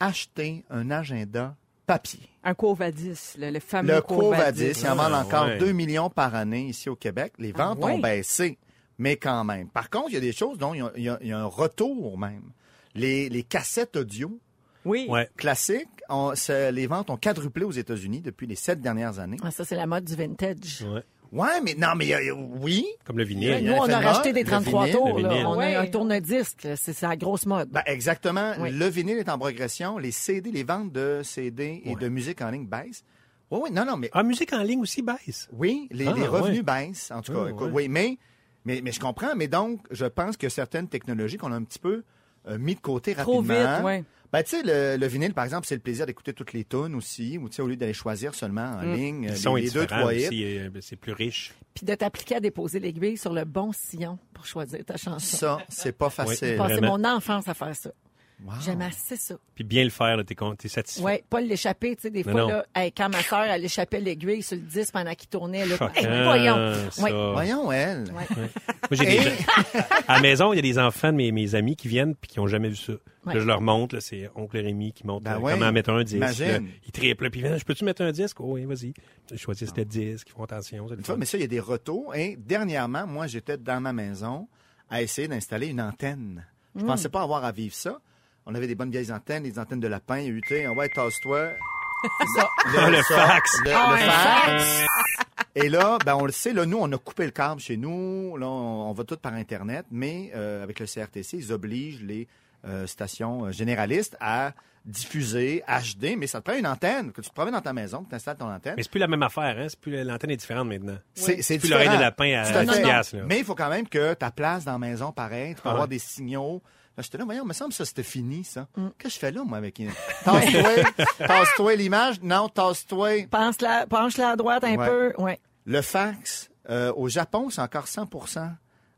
acheté un agenda papier.
Un Covadis, le, le fameux
Le
Covadis.
Covadis, il en vend
Ah,
encore
ouais.
2 millions par année ici au Québec. Les
Ah,
ventes
ouais.
ont baissé, mais quand même. Par contre, il y a des choses dont il y a- il y, a- il y a un retour même. Les, les cassettes audio
Oui.
Ouais.
classiques, on- c'est- les ventes ont quadruplé aux États-Unis depuis les sept dernières années.
Ah, ça, c'est la mode du vintage.
ouais.
Ouais, mais non, mais il y a- il y a- oui.
Comme le
Il y a- il y
vinyle.
Nous,
un
on a
phénomène,
racheté des
le
33
vinyle,
tours.
le
là.
vinyle.
On a un
Ouais.
tourne-disque. là. C'est c'est la grosse mode.
Ben, exactement.
Oui.
Le vinyle est en progression. Les CD, les ventes de CD et de musique en ligne baissent. Oui, oui, non, non, mais
Ah, musique en ligne aussi baisse.
Oui, les,
Ah,
les revenus
ouais.
baissent, en tout cas.
Ah,
Écoute,
ouais.
Oui, mais, mais, mais je comprends. Mais donc, je pense que certaines technologies qu'on a un petit peu euh, mis de côté
Trop
rapidement.
vite, ouais.
Ben, tu sais, le, le vinyle, par exemple, c'est le plaisir d'écouter toutes les tunes aussi, ou tu sais, au lieu d'aller choisir seulement en
Mm.
ligne, euh,
Ils sont
les, les deux,
différents
trois hits.
aussi, euh, c'est plus riche.
Puis de t'appliquer à déposer l'aiguille sur le bon sillon pour choisir ta chanson.
Ça, c'est pas
Oui.
J'ai
facile.
passé
vraiment.
mon enfance à faire ça.
Wow.
J'aimais assez ça.
Puis bien le faire, là, t'es con- t'es satisfait.
Ouais, pas l'échapper, tu sais, des
Non,
fois,
non.
là, hey, quand ma sœur, elle échappait l'aiguille sur le disque pendant qu'il tournait, là,
Choquant,
hey, voyons.
ça.
Ouais.
Moi,
Voyons, elle.
Ouais.
j'ai des
Et-
gens- À la maison, il y a des enfants de mes, mes amis qui viennent puis qui n'ont jamais vu ça. Là,
Ouais.
je leur montre, là, c'est oncle Rémi qui montre
Ben
euh,
ouais.
comment mettre un disque.
Imagine.
là. Ils triplent, là, puis ils viennent, je peux-tu mettre un disque? Oh, oui, vas-y. Ils choisissent le disque, ils font attention. c'est le
Tu vois,
fun.
mais ça, il y a des retours. Et dernièrement, moi, j'étais dans ma maison à essayer d'installer une antenne. Je
Hmm.
pensais pas avoir à vivre ça. On avait des bonnes vieilles antennes, les antennes de lapin. Il y a eu, tu sais, ouais, tasse-toi.
Ah, le
ça,
fax.
Le,
Ah,
le
un
fax. Et là, ben, on le sait, là, nous, on a coupé le câble chez nous. Là, on, on va tout par Internet. Mais euh, avec le CRTC, ils obligent les euh, stations euh, généralistes à diffuser HD. Mais ça te prend une antenne. Que tu te promènes dans ta maison, que tu installes ton antenne.
Mais c'est plus la même affaire, hein? C'est plus l'antenne est différente maintenant.
C'est c'est
plus l'oreille
différent.
de lapin à-
Tout
à
à fait.
10 piastres, là.
Mais il faut quand même que ta place dans la maison, pareil, tu peux
Ouais.
avoir des signaux. Là, j'étais là, voyons, me semble que ça, c'était fini, ça.
Mm.
Qu'est-ce que je fais là, moi, avec une... Tasse-toi, tasse-toi l'image. Non, tasse-toi.
Penche-la, penche-la à droite un
Ouais.
peu. Ouais.
Le fax, euh, au Japon, c'est encore 100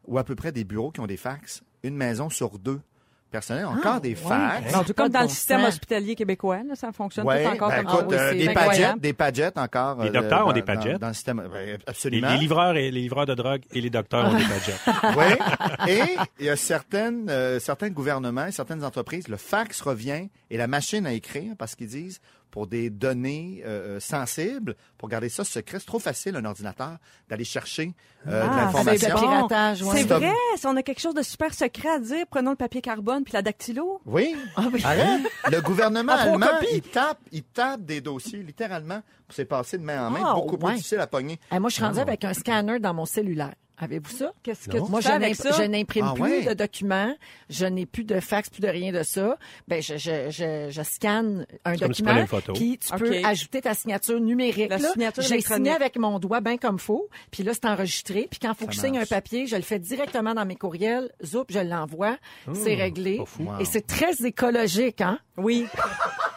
ou à peu près des bureaux qui ont des fax. Une maison sur deux. Personnel,
Ah,
encore des fax.
Non,
Rendu comme
Pas
dans
de
le
bon
système
sens.
hospitalier québécois, là, ça fonctionne
Ouais,
tout encore
ben,
comme ça.
écoute,
Oui,
euh,
c'est
des
incroyable.
pagettes, des pagettes encore.
Les
euh,
docteurs
dans-
ont des
dans-
pagettes.
Dans, le système, ben,
Les,
absolument.
les livreurs et les livreurs de drogue et les docteurs ont des badges.
Oui. Et il y a certaines, euh, certains gouvernements, et certaines entreprises, le fax revient et la machine à écrire parce qu'ils disent pour des données euh, euh, sensibles, pour garder ça secret, c'est trop facile un ordinateur d'aller chercher euh, de
Ah,
Avec
l'information.
le piratage, ouais.
C'est
Stop.
vrai, si on a quelque chose de super secret à dire, prenons le papier carbone puis la dactylo.
Oui.
Ah
Arrête. Le gouvernement
À trois
allemand,
copies.
il tape, il tape des dossiers littéralement pour se passer de main en main,
Ah,
beaucoup
ouais.
plus difficile à pogner.
Eh, moi, je suis
Ah.
rendue avec un scanner dans mon cellulaire. Avez-vous ça?
Qu'est-ce que tu
Moi, je
fais avec
n'imp-
ça?
je n'imprime
Ah
plus
ouais?
de documents, je n'ai plus de fax, plus de rien de ça. Ben, je, je, je, je scanne un
comme si tu prenais
document,
une photo.
puis tu
Ok.
peux ajouter ta signature numérique.
La
là.
signature
J'ai signé
électronique.
avec mon doigt bien comme faut, puis là, c'est enregistré. Puis quand il faut que je signe un
marche.
papier, je le fais directement dans mes courriels, zoup, je l'envoie, c'est réglé.
pas fou.
Hum, Wow.
Et c'est très écologique, hein?
Oui.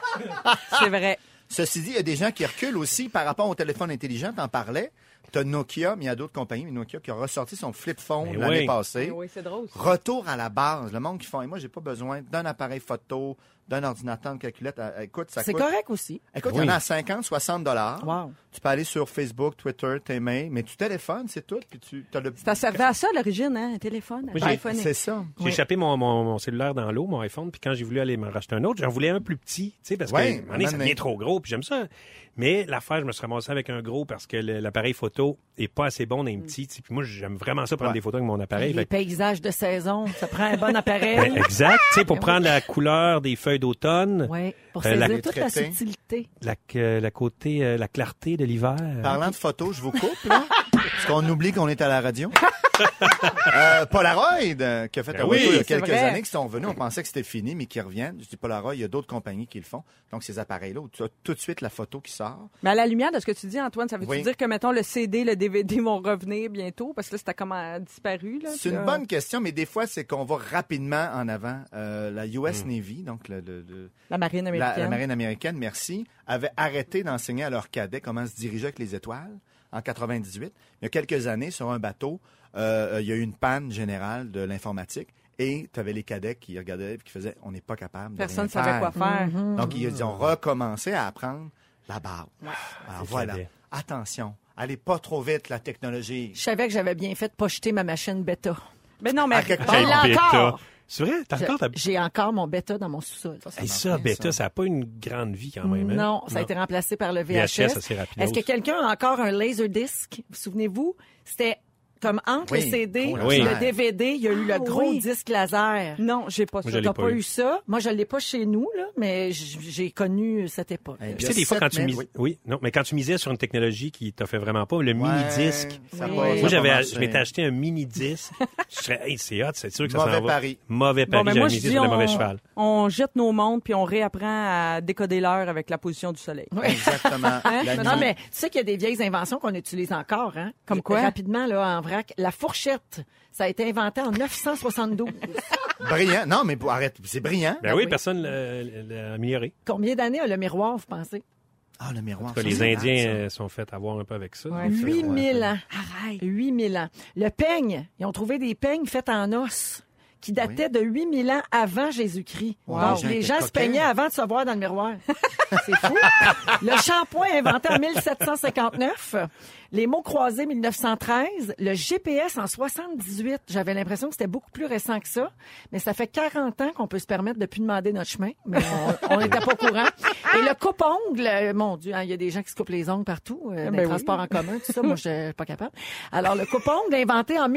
c'est vrai.
Ceci dit, il y a des gens qui reculent aussi par rapport au téléphone intelligent, t'en parlais. T'as Nokia, mais il y a d'autres compagnies, mais Nokia qui a ressorti son flip phone
Mais
l'année
oui.
passée.
Oui, c'est drôle.
Retour à la base, le monde qui font. Et moi, j'ai pas besoin d'un appareil photo, d'un ordinateur, de calculette. Euh, Écoute, ça
C'est
coûte.
correct aussi.
Écoute, il
Oui.
y en a à 50, 60 dollars.
Wow.
Tu peux aller sur Facebook, Twitter, tes mails, mais tu téléphones, c'est tout. Puis tu as le.
Ça servait à ça à l'origine, hein, un téléphone, un
j'ai-
téléphone.
C'est ça.
J'ai
Oui.
échappé mon, mon, mon cellulaire dans l'eau, mon iPhone, puis quand j'ai voulu aller m'en racheter un autre, j'en voulais un plus petit, tu sais, parce
Ouais,
que à un moment donné, ça
mais-
devient trop gros, puis j'aime ça. Mais l'affaire, je me suis ramassé avec un gros parce que le- l'appareil photo est pas assez bon dans les petits, tu sais, puis moi, j'aime vraiment ça prendre
Ouais.
des photos avec mon appareil.
Les
fait que-
paysages de saison, ça prend un bon
Ben,
appareil.
exact, tu sais, pour prendre la couleur des feuilles d'automne,
Oui, pour
Euh, la-
saisir toute la
traiter.
subtilité.
la, euh, la côté, euh, la clarté de l'hiver.
Parlant de photos, je vous coupe, là. Parce qu'on oublie qu'on est à la radio. Euh, Polaroid, euh, qui a fait
Ben
un
oui,
retour il y a
c'est
quelques
vrai.
années, qui sont venus. On pensait que c'était fini, mais qui reviennent. Je dis Polaroid, il y a d'autres compagnies qui le font. Donc, ces appareils-là, où tu as tout de suite la photo qui sort.
Mais à la lumière de ce que tu dis, Antoine, ça veut-tu
Oui.
dire que, mettons, le CD, le DVD vont revenir bientôt? Parce que là, c'était comme euh, disparu. là,
C'est
puis,
une
euh,
bonne question, mais des fois, c'est qu'on va rapidement en avant. Euh, la US Navy, donc le- le- le-
La marine
la, la
américaine.
marine américaine, merci, avait arrêté d'enseigner à leurs cadets comment se diriger avec les étoiles en 98. Il y a quelques années, sur un bateau, euh, euh, il y a eu une panne générale de l'informatique et tu avais les cadets qui regardaient et qui faisaient « on n'est pas capable de
Personne ne
rien Mm-hmm.
savait quoi faire.
Donc, ils, ils ont recommencé à apprendre la barre. Alors
C'est
voilà,
cadet.
attention, allez pas trop vite, la technologie.
Je savais que j'avais bien fait de pas jeter ma machine bêta.
Mais non, mais
À quelque
Ah,
part.
Hey,
Elle l'a
bêta.
encore.
C'est vrai? T'as
Je-
encore ta...
J'ai encore mon bêta dans mon sous-sol.
Hey, ça,
marche bien,
bêta, ça n'a pas une grande vie quand même. hein?
Non, ça a été remplacé par le VHS.
VHS, ça, c'est rapide.
Est-ce que quelqu'un a encore un Laserdisc? Vous souvenez-vous? C'était comme entre
Oui.
le CD
Oh,
et
la
le
misère.
DVD, il y a eu le
Ah,
gros
oui. Mm.
disque laser.
non, j'ai pas ça.
je l'ai
T'as
pas
pas,
eu.
eu ça? Moi, je l'ai pas chez nous, là, mais j- j'ai connu cette époque.
Hey,
Puis tu sais, des fois,
Sept
quand tu
mètres,
mises... Oui.
oui.
non, mais quand tu misais sur une technologie qui t'a fait vraiment pas,
Ouais,
le mini-disque...
ça va- ça
Oui. Moi,
va
Moi, j'avais,
marcher.
je m'étais acheté un mini-disque. je serais, hey, c'est hot, c'est sûr que ça
Mauvais
s'en va.
pari.
Mauvais
Bon,
pari,
ben,
j'avais
moi, je
misé
dis,
sur le mauvais
on,
cheval.
on jette nos mondes puis on réapprend à décoder l'heure avec la position du soleil.
Exactement. La
Non,
nuit.
mais tu sais qu'il y a des vieilles inventions qu'on utilise encore, hein?
Comme quoi?
Rapidement, là, en vrac. La fourchette, ça a été inventé en 972.
Brillant. Non, mais pour- arrête, c'est brillant.
Ben oui,
oui. Ah,
personne l'a- l'a amélioré.
Combien d'années a le miroir, vous pensez?
Ah, le miroir.
En tout cas,
ça,
les
c'est malade,
Indiens
ça.
euh, sont fait avoir un peu avec ça. Donc, euh,
8000 ans.
Arrête.
8000 ans. Le peigne, ils ont trouvé des peignes faits en os qui dataient de 8000 ans avant Jésus-Christ.
Wow. Les
Donc,
gens
les
étaient
gens se
coquins.
peignaient avant de se voir dans le miroir. C'est fou. Le shampoing inventé en 1759, les mots croisés 1913, le GPS en 78. J'avais l'impression que c'était beaucoup plus récent que ça, mais ça fait 40 ans qu'on peut se permettre de plus demander notre chemin, mais on- on n'était pas au courant. Et le coupe-ongle, euh, mon Dieu, hein, il y a des gens qui se coupent les ongles partout, euh, dans les
Ah, ben oui.
transports en commun, tout ça, moi je suis pas capable. Alors le coupe-ongle inventé en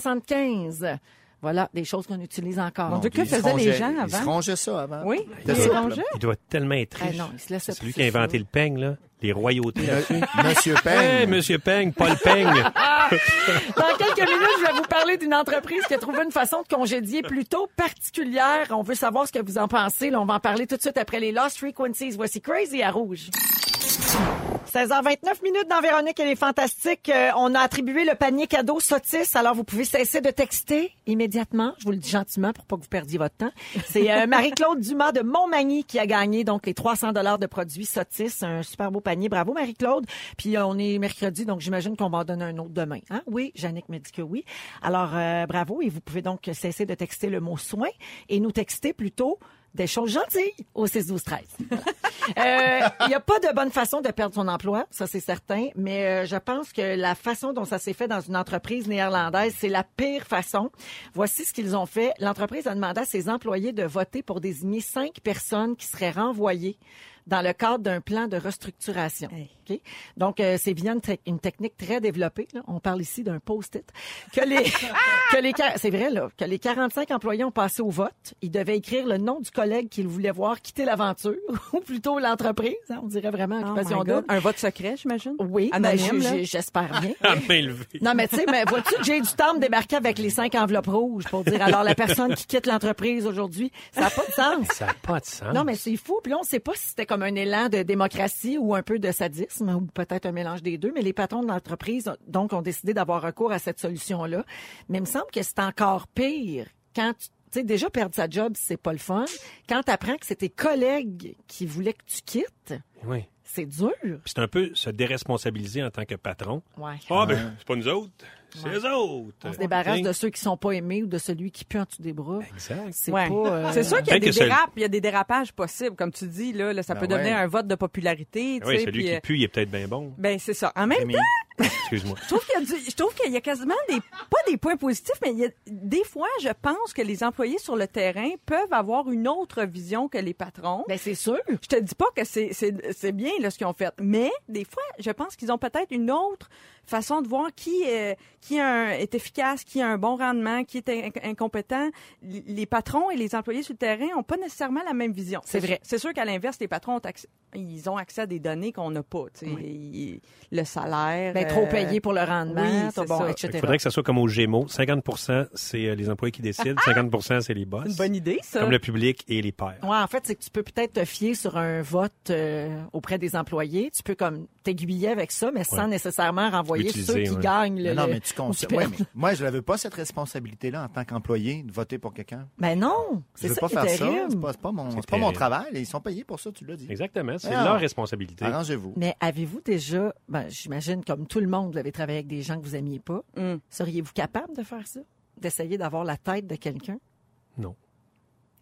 1875. Voilà, des choses qu'on utilise encore.
Mon Dieu, que
Ils se
faisaient les
rongeaient-
gens
Ils se
avant?
rongeaient ça avant.
Oui,
T'es
ils
souple.
mangeaient.
Il doit tellement être riche.
Ah non, il se laisse
C'est lui
pas
qui a
faire
inventé
ça.
le peigne, là. Les royautés.
Me- Euh, Monsieur
Hey,
Peigne.
Monsieur Peigne, Paul Peigne.
Dans quelques minutes, je vais vous parler d'une entreprise qui a trouvé une façon de congédier plutôt particulière. On veut savoir ce que vous en pensez. Là, on va en parler tout de suite après les Lost Frequencies. Voici Crazy à Rouge. 16h29 minutes dans Véronique et les Fantastiques. Euh, on a attribué le panier cadeau Sotis. Alors, vous pouvez cesser de texter immédiatement. Je vous le dis gentiment pour pas que vous perdiez votre temps. C'est euh, Marie-Claude Dumas de Montmagny qui a gagné donc les 300 dollars de produits Sotis. Un super beau panier. Bravo, Marie-Claude. Puis, euh, on est mercredi, donc j'imagine qu'on va en donner un autre demain. Hein? Oui, Jannick me dit que oui. Alors, euh, bravo. Et vous pouvez donc cesser de texter le mot soin et nous texter plutôt des choses gentilles au 6 12 13. Euh, Il n'y a pas de bonne façon de perdre son emploi, ça c'est certain, mais euh, je pense que la façon dont ça s'est fait dans une entreprise néerlandaise, c'est la pire façon. Voici ce qu'ils ont fait. L'entreprise a demandé à ses employés de voter pour désigner cinq personnes qui seraient renvoyées dans le cadre d'un plan de restructuration. OK? Donc, euh, c'est via une, te- une technique très développée. là. On parle ici d'un post-it. Que les, que les, quar- c'est vrai, là, que les 45 employés ont passé au vote. Ils devaient écrire le nom du collègue qu'ils voulaient voir quitter l'aventure, ou plutôt l'entreprise. hein, on dirait vraiment
Oh
occupation
my God.
double.
Un vote secret, j'imagine?
Oui, ben,
Anonyme,
j'ai-
là. Ah, ben.
j'ai- j'espère bien.
à main levée.
Non, mais tu sais, mais vois-tu, que j'ai du temps de débarquer avec les cinq enveloppes rouges pour dire, alors la personne qui quitte l'entreprise aujourd'hui, ça n'a pas de sens.
Ça n'a pas de sens.
Non, mais c'est fou. Puis là, on ne sait pas si c'était comme un élan de démocratie ou un peu de sadisme, ou peut-être un mélange des deux. Mais les patrons de l'entreprise, donc, ont décidé d'avoir recours à cette solution-là. Mais il me semble que c'est encore pire quand tu tu sais, déjà perdre sa job, c'est pas le fun. Quand t'apprends que c'est tes collègues qui voulaient que tu quittes,
Oui.
c'est dur.
Puis c'est un peu se déresponsabiliser en tant que patron.
Ouais.
Ah, ben, c'est pas nous autres, c'est eux autres.
On se débarrasse de ceux qui sont pas aimés ou de celui qui pue en dessous des bras.
Exact.
C'est
Ouais.
pas... euh,
C'est sûr qu'il y a
Peut-être
des
que c'est-
dérapes, il y a des dérapages possibles, comme tu dis là, là, ça
Ben
peut devenir
ouais.
un vote de popularité, tu
Ben Oui,
sais,
celui
puis,
qui
euh,
pue, il est peut-être bien bon.
ben c'est ça. En même
Rémi.
temps,
Excuse-moi.
je trouve qu'il y a du- je trouve qu'il y a quasiment des pas des points positifs, mais il y a, des fois, je pense que les employés sur le terrain peuvent avoir une autre vision que les patrons.
Ben, c'est sûr.
Je te dis pas que c'est- c'est c'est bien là, ce qu'ils ont fait, mais des fois, je pense qu'ils ont peut-être une autre façon de voir qui, euh, qui a un- est efficace, qui a un bon rendement, qui est in- incompétent. L- Les patrons et les employés sur le terrain ont pas nécessairement la même vision.
C'est vrai.
C'est sûr qu'à l'inverse, les patrons ont accès, ils ont accès à des données qu'on n'a pas. tu sais. Ils- Le salaire.
Ben, trop
euh,
payé pour le rendement,
oui, c'est
bon,
ça.
etc.
Il faudrait que ça soit comme aux Gémeaux. 50 c'est euh, les employés qui décident, 50 c'est les boss.
C'est une bonne idée, ça.
Comme le public et les pairs.
Ouais, en fait, c'est que tu peux peut-être te fier sur un vote euh, auprès des employés. Tu peux comme t'aiguiller avec ça, mais sans
Ouais.
nécessairement renvoyer
L'utiliser,
ceux qui
ouais.
gagnent le.
Non, non,
le-
mais tu
ou qui
consommes.
perdent.
Ouais, mais moi, je n'avais pas cette responsabilité-là en tant qu'employé de voter pour quelqu'un.
Ben non, c'est
Je veux
ça
pas
qui est
faire ça.
terrible.
C'est pas, c'est pas mon,
C'est
c'est pas mon
terrible.
travail. Ils sont payés pour ça, tu l'as dit.
Exactement. C'est
Ah.
leur responsabilité.
Arrangez-vous.
Mais avez-vous déjà, ben, j'imagine comme tout le monde, vous avez travaillé avec des gens que vous aimiez pas.
Mm.
Seriez-vous capable de faire ça, d'essayer d'avoir la tête de quelqu'un
Ah,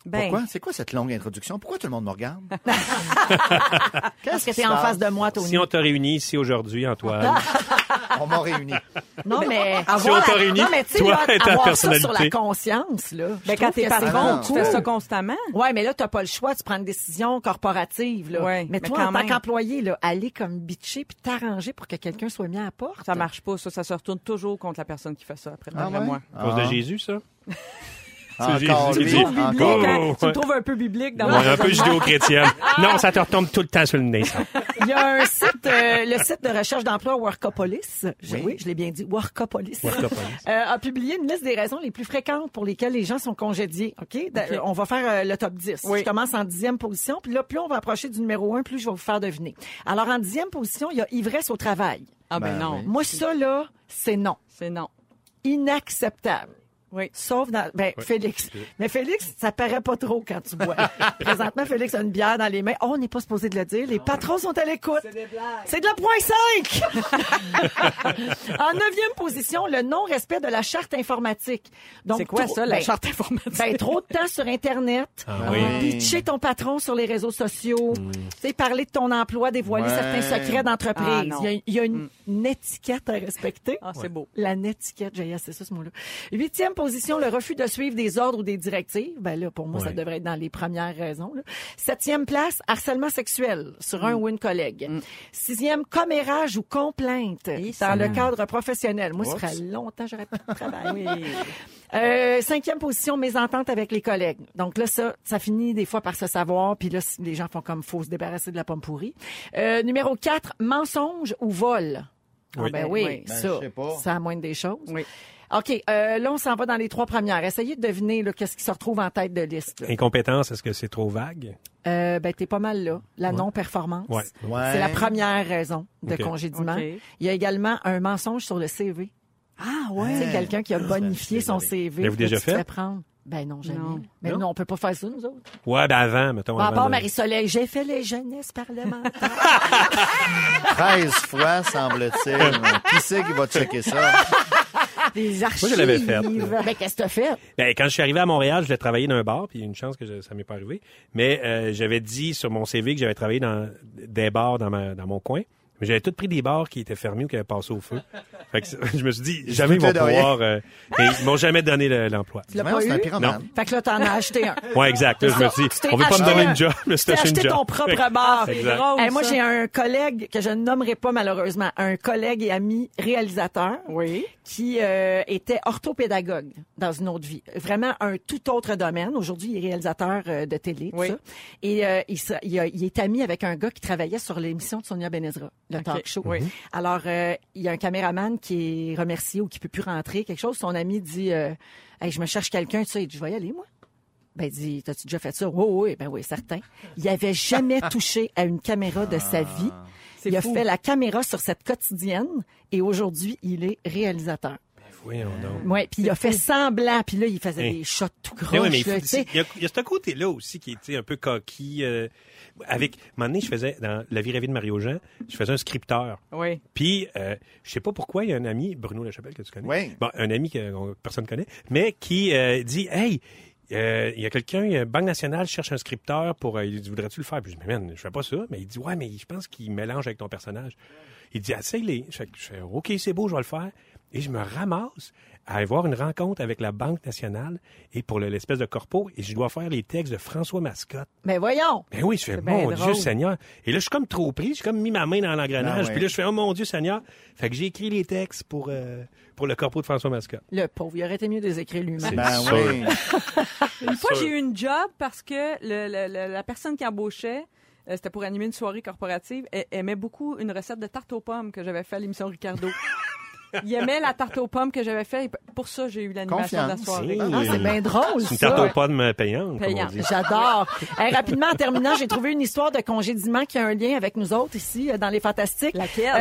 Ben,
Pourquoi? C'est quoi cette longue introduction? Pourquoi tout le monde me regarde?
Parce que
qui
t'es
se
en
passe?
face de moi, Tony.
Si on te réunit ici aujourd'hui, Antoine,
On m'a réuni.
Non, mais
Si on
avoir
t'a
la-
réuni,
non, mais tu sais,
toi
là,
et ta
avoir ça sur la
personnalité.
conscience là.
ben, quand t'es patron,
vraiment
tu fais ça
cool.
constamment.
Ouais, mais là, t'as pas le choix, tu prends une décision corporative, là.
Ouais,
mais
mais
toi,
quand
en tant
même.
qu'employé, là, aller comme bitcher puis t'arranger pour que quelqu'un soit mis à la porte.
Ça marche pas, ça. Ça se retourne toujours contre la personne qui fait ça, après,
Ah
ben,
d'après
ouais?
moi.
à cause de Jésus, ça?
Ah,
C'est
encore
Jésus
lui,
qui dit-
encore
biblique,
Oh,
hein? Tu me
ouais.
trouves un peu biblique dans
Ben
Ouais,
mon
un peu
raisonnement.
judéo-chrétienne. non, ça te retombe tout le temps sur le nez, ça.
Il y a un site, euh, le site de recherche d'emploi Workopolis. Je- oui.
Oui.
je l'ai bien dit. Workopolis.
Workopolis.
Euh, a publié une liste des raisons les plus fréquentes pour lesquelles les gens sont congédiés. OK? Da- euh, On va faire euh, le top 10.
Oui.
Je commence en dixième position. Puis là, plus on va approcher du numéro un, plus je vais vous faire deviner. Alors, en dixième position, il y a ivresse au travail.
Ah ben,
Ben
non,
oui.
Moi, ça, là, c'est non.
c'est non.
inacceptable.
Oui.
Sauf dans. Ben, Félix. Mais Félix, ça paraît pas trop quand tu bois. Présentement, Félix a une bière dans les mains. Oh, on n'est pas supposé de le dire. Les patrons sont à l'écoute. C'est de la point 5! en neuvième position, le non-respect de la charte informatique. Donc,
C'est quoi
trop-
ça, la
ben,
charte informatique?
ben, trop de temps sur Internet. euh,
Ah oui. Mm.
Pitcher ton patron sur les réseaux sociaux. Tu sais, parler de ton emploi, dévoiler
Ouais.
certains secrets
Ah,
d'entreprise.
non. Mm.
il, y a, il y a une, une étiquette à respecter.
Ah, c'est beau.
La netiquette, j'ai assez ça ce mot-là. Huitième position, le refus de suivre des ordres ou des directives. Ben là, pour moi, ça
Ouais.
devrait être dans les premières raisons. là. Septième place, harcèlement sexuel sur
Mm.
un ou une collègue. Sixième, commérage ou complainte dans le cadre professionnel. Moi, ça ferait longtemps que j'aurais pas de travail. Euh, cinquième position, mésentente avec les collègues. Donc là, ça, ça finit des fois par se savoir, puis là, si les gens font comme faut se débarrasser de la pomme pourrie. Euh, numéro quatre, mensonge ou vol. Ah
Oui.
ben oui,
Oui.
Ben,
ça,
je sais pas.
c'est la moindre des choses.
Oui.
OK, euh, là, on s'en va dans les trois premières. Essayez de deviner là, qu'est-ce qui se retrouve en tête de liste. là.
Incompétence, est-ce que c'est trop vague?
Euh, ben, t'es pas mal là. La non-performance.
Ouais.
Ouais.
C'est la première raison de
OK.
congédiement.
OK.
Il y a également un mensonge sur le CV.
Ah
C'est quelqu'un qui a bonifié son
L'avez-vous
CV. Là, tu
déjà
te fais
fait?
prendre. Ben non, jamais.
Non.
Mais
Non?
non, on peut pas faire ça, nous autres.
Ouais, ben avant, mettons.
Bon, à
avant
part
de-
Marie-Soleil, j'ai fait les jeunesses parlementaires.
13 fois, semble-t-il. qui c'est qui va checker ça?
des archives.
Moi, je l'avais fait.
Ben, qu'est-ce que t'as fait?
Ben, quand je suis arrivé à Montréal, je voulais travailler dans un bar, puis une chance que je- ça m'est pas arrivé. Mais euh, j'avais dit sur mon CV que j'avais travaillé dans des bars dans, ma, dans mon coin. Mais j'avais tout pris des bars qui étaient fermés ou qui avaient passé au feu. Fait que ça- je me suis dit, jamais ils vont
doutais de rien.
pouvoir... euh, mais ils m'ont jamais donné le- l'emploi.
Tu l'as
Ouais,
pas
c'est un
eu?
pyromane.
Fait que là, t'en as acheté un.
Ouais, exact. Là, je me
Ça,
suis dit,
tu t'es
on veut pas me
acheté
donner
un-
une job, mais
Tu
c'est
as
acheté une
acheté
job.
ton propre bar.
C'est Exact.
drôle,
Eh, moi,
ça.
j'ai un collègue que je ne nommerai pas malheureusement, un collègue et ami réalisateur
Oui.
qui euh, était orthopédagogue dans une autre vie. Vraiment un tout autre domaine. Aujourd'hui, il est réalisateur euh, de télé, tout
Oui.
ça. Et euh, il, se- il a- il est ami avec un gars qui travaillait sur l'émission de Sonia Benezra, le talk show.
Oui.
Alors, euh, il y a un caméraman qui est remercié ou qui peut plus rentrer, quelque chose. Son ami dit, euh, Hey, je me cherche quelqu'un, tu sais, Il dit, je vais y aller, moi. Ben, il dit, t'as-tu déjà fait ça? Oui, oui, ben oui, certain. Il avait jamais touché à une caméra de
Ah.
sa vie.
C'est
Il a
fou.
fait la caméra sur cette quotidienne et aujourd'hui, il est réalisateur.
Oui, on donne.
Ouais, puis il a fait semblant, puis là, il faisait
Hein.
des shots tout
Mais
gros.
oui, mais il faut- il y, a, il y a ce côté-là aussi qui était un peu coquille. euh, avec, un moment donné, je faisais, dans La vie rêvée de Mario Jean, je faisais un scripteur.
Oui.
Puis, euh, je sais pas pourquoi, il y a un ami, Bruno Lachapelle, que tu connais.
Oui.
Bon, un ami que euh, personne connaît, mais qui euh, dit, hey, euh, il y a quelqu'un, euh, Banque nationale cherche un scripteur pour. euh, il dit, voudrais-tu le faire? Puis je dis, mais man, je fais pas ça. Mais il dit, ouais, mais je pense qu'il mélange avec ton personnage. Il dit, essaye-les. Je fais- je fais, OK, c'est beau, je vais le faire. Et je me ramasse à aller voir une rencontre avec la Banque nationale et pour le- l'espèce de corpo, et je dois faire les textes de François Mascotte.
Mais voyons!
Ben oui, je fais,
bien
mon
drôle.
Dieu Seigneur. Et là, je suis comme trop pris, j'ai comme mis ma main dans l'engrenage.
Ah ouais.
Puis là, je fais, oh mon Dieu Seigneur. Fait que j'ai écrit les textes pour, euh, pour le corpo de François Mascotte.
Le pauvre, il aurait été mieux de les écrire lui-même.
Ben
sûr.
oui.
Une fois,
sûr.
j'ai eu une job parce que le- le- le- la personne qui embauchait, euh, c'était pour animer une soirée corporative, elle aimait beaucoup une recette de tarte aux pommes que j'avais fait à l'émission Ricardo. Il aimait la tarte aux pommes que j'avais fait. et Pour ça, j'ai eu l'animation de la
Confiance.
soirée.
Ah, c'est bien drôle,
C'est une
ça.
tarte aux pommes euh, payante, comme on
Payante.
dit.
J'adore. Hey, rapidement, en terminant, j'ai trouvé une histoire de congédiement qui a un lien avec nous autres ici, euh, dans les Fantastiques.
Laquelle?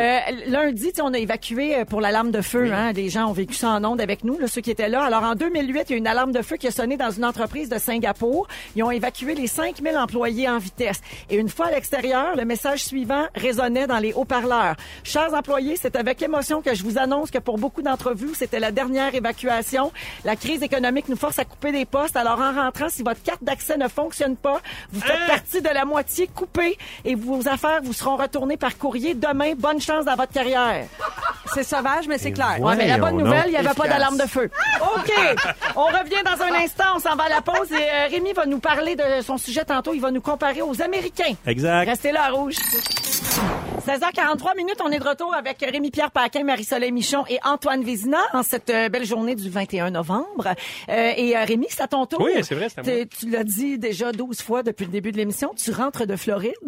Euh, lundi, tu sais, on a évacué euh, pour l'alarme de feu. Hein, les gens ont vécu ça en ondes avec nous, là, ceux qui étaient là. Alors, en 2008, il y a une alarme de feu qui a sonné dans une entreprise de Singapour. Ils ont évacué les 5000 employés en vitesse. Et une fois à l'extérieur, le message suivant résonnait dans les haut-parleurs. Chers employés, c'est avec émotion que je vous annonce que pour beaucoup d'entre vous, c'était la dernière évacuation. La crise économique nous force à couper des postes. Alors, en rentrant, si votre carte d'accès ne fonctionne pas, vous faites partie de la moitié coupée et vos affaires vous seront retournées par courrier demain. Bonne chance dans votre carrière.
C'est sauvage, mais c'est clair.
Ouais, mais la bonne
Voyons
nouvelle, il
donc.
n'y avait pas
Efficace.
d'alarme de feu. OK. On revient dans un instant. On s'en va à la pause et euh, Rémi va nous parler de son sujet tantôt. Il va nous comparer aux Américains.
Exact.
Restez là, Rouge. 16h43 minutes, on est de retour avec Rémi-Pierre Paquin, Marie-Soleil Michon et Antoine Vézina en cette euh, belle journée du 21 novembre. Euh, et euh, Rémi, c'est à ton tour.
Oui, c'est vrai, c'est à moi.
T'es- Tu l'as dit déjà 12 fois depuis le début de l'émission, tu rentres de Floride.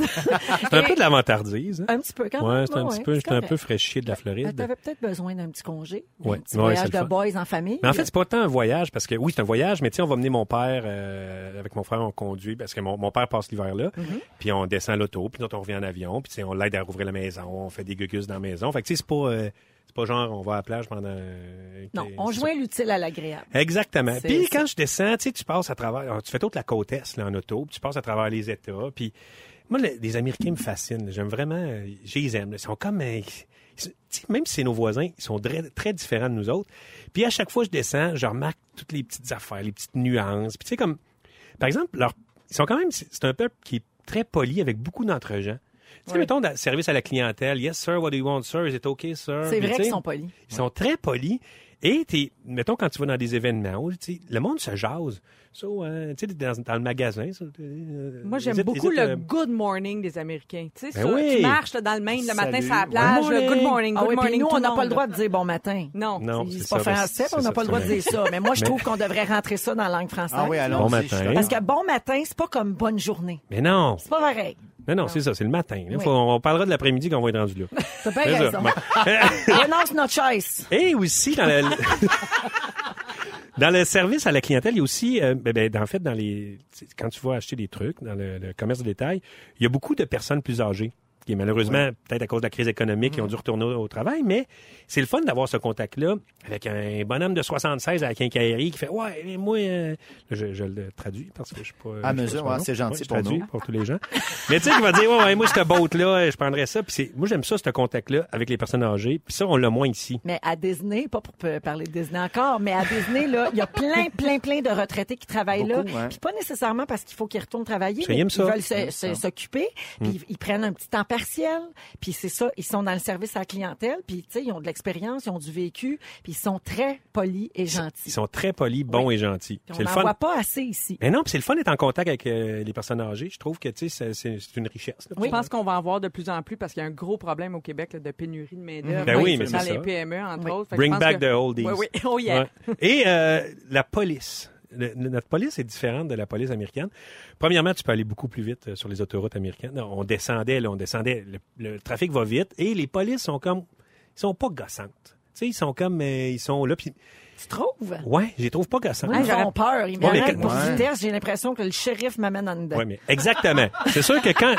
C'est un
Et-
peu de l'avantardise. hein.
un petit peu quand même.
Ouais, c'est un
Ouais,
petit
Ah, ouais,
peu,
c'est
j'étais un
correct.
peu fraîchier de la
Ben,
Floride.
T'avais peut-être besoin d'un petit congé,
Ouais.
un petit
Ouais,
voyage
c'est le
de
fun.
boys en famille.
Mais en fait, c'est pas tant un voyage, parce que oui, c'est un voyage, mais tu sais, on va mener mon père, euh, avec mon frère, on conduit, parce que mon, mon père passe l'hiver là,
Mm-hmm.
puis on descend l'auto, puis nous autres, on revient en avion, puis tu sais, on l'aide à rouvrir la maison, on fait des gugus dans la maison. Fait que tu sais, c'est pas... euh, C'est pas genre on va à la plage pendant. euh,
Non,
que-
on joint l'utile à l'agréable.
Exactement.
C'est
Puis
ça.
quand je descends, tu sais, tu passes à travers, alors, tu fais toute la côte est là, en auto, puis tu passes à travers les États, puis moi, le- les Américains me fascinent. là. J'aime vraiment, euh, je les aime. là. Ils sont comme, euh, ils sont- tu sais, même si c'est nos voisins, ils sont très, très différents de nous autres. Puis à chaque fois que je descends, je remarque toutes les petites affaires, les petites nuances. Puis tu sais, comme, par exemple, leur, ils sont quand même, c'est c'est un peuple qui est très poli avec beaucoup d'entre gens. Tu sais, mettons, dans- service à la clientèle, yes sir, what do you want sir, is it okay sir?
C'est
Puis,
vrai
tu
qu'ils
sais,
sont polis.
ils sont très polis. Et t'es, mettons quand tu vas dans des événements, où, tu sais, le monde se jase. So, euh, tu sais, dans, dans le magasin. ça, euh,
Moi, j'aime
hésite-
beaucoup
hésite,
le
euh,
good morning des Américains. Tu sais,
Ben
ça,
oui.
tu marches là, dans le Maine le matin
Salut.
sur la plage,
Good
le good
morning.
morning,
Ah
good
ouais, puis
morning.
nous,
tout
on n'a
monde,
pas le
là.
droit de dire bon matin.
Non.
Non,
C'est
c'est
pas
ça, ben,
français,
c'est
on n'a
ça,
pas le droit de
c'est
dire ça. Mais moi, je trouve qu'on devrait rentrer ça dans la langue française.
Ah oui, allons-y.
Bon
je suis
matin.
d'accord.
Parce que bon matin, c'est pas comme bonne journée.
Mais non,
C'est pas pareil.
non, non, c'est ça, c'est le matin. là. Faut- on parlera de l'après-midi quand on va être rendu là.
T'as bien
C'est ça,
raison.
bon.
Renonce notre chaise.
Et aussi, dans le, dans le service à la clientèle, il y a aussi, euh, ben, ben, en fait, dans les, tu sais, quand tu vas acheter des trucs dans le, le commerce de détail, il y a beaucoup de personnes plus âgées qui, malheureusement, peut-être à cause de la crise économique,
Mm.
ils ont dû retourner au, au travail, mais c'est le fun d'avoir ce contact-là avec un bonhomme de 76 à la quincaillerie qui fait « Ouais, mais moi... euh, je, je le traduis parce que je suis pas... je sais pas
mesure,
son
ouais,
nom.
c'est gentil
je
pour
traduis
nous.
pour tous les gens. Mais tu sais, qui va dire, ouais, ouais, moi, cette boat-là, je prendrais ça. Puis c'est- moi, j'aime ça, ce contact-là, avec les personnes âgées. Puis ça, on l'a moins ici.
Mais à Disney, pas pour euh, parler de Disney encore, mais à Disney, là, il y a plein, plein, plein de retraités qui travaillent
Beaucoup,
là.
hein.
Puis pas nécessairement parce qu'il faut qu'ils retournent travailler,
Ça, ils
mais
aiment
ils
ça. Mm.
veulent se- se- s'occuper, puis ils- ils prennent un petit temps partiel. Puis c'est ça, ils sont dans le service à la clientèle, puis tu sais, ils ont de l'expérience, ils ont du vécu, puis ils sont très polis et
Ils
gentils.
sont très polis, bons et gentils. C'est
Puis on
le
n'en
fun.
voit pas assez ici.
Mais non, puis c'est le fun d'être en contact avec euh, les personnes âgées. Je trouve que tu sais, c'est- c'est c'est une richesse. là.
Je pense qu'on va en voir de plus en plus parce qu'il y a un gros problème au Québec là, de pénurie de main-d'œuvre.
Ben oui, mais
dans
c'est
les
ça.
PME, entre
Oui.
autres. Fait que je
Bring
pense
back
que-
the oldies.
Oui, oui. Oh yeah.
Ouais. Et euh, la police. Le- le- notre police est différente de la police américaine. Premièrement, tu peux aller beaucoup plus vite euh, sur les autoroutes américaines. Non, On descendait, là, on descendait. Le, le trafic va vite et les polices sont comme, ils sont pas gossantes. Tu sais, ils sont comme, euh, ils sont là. Puis,
Tu trouves?
ouais, je les trouve pas gossantes.
Moi, ils
j'aurais-
ont peur. Ils
Ouais, mais
m'arrêtent
que-
pour
Ouais.
vitesse. J'ai l'impression que le shérif m'amène en dedans.
Oui, mais exactement. C'est sûr que quand,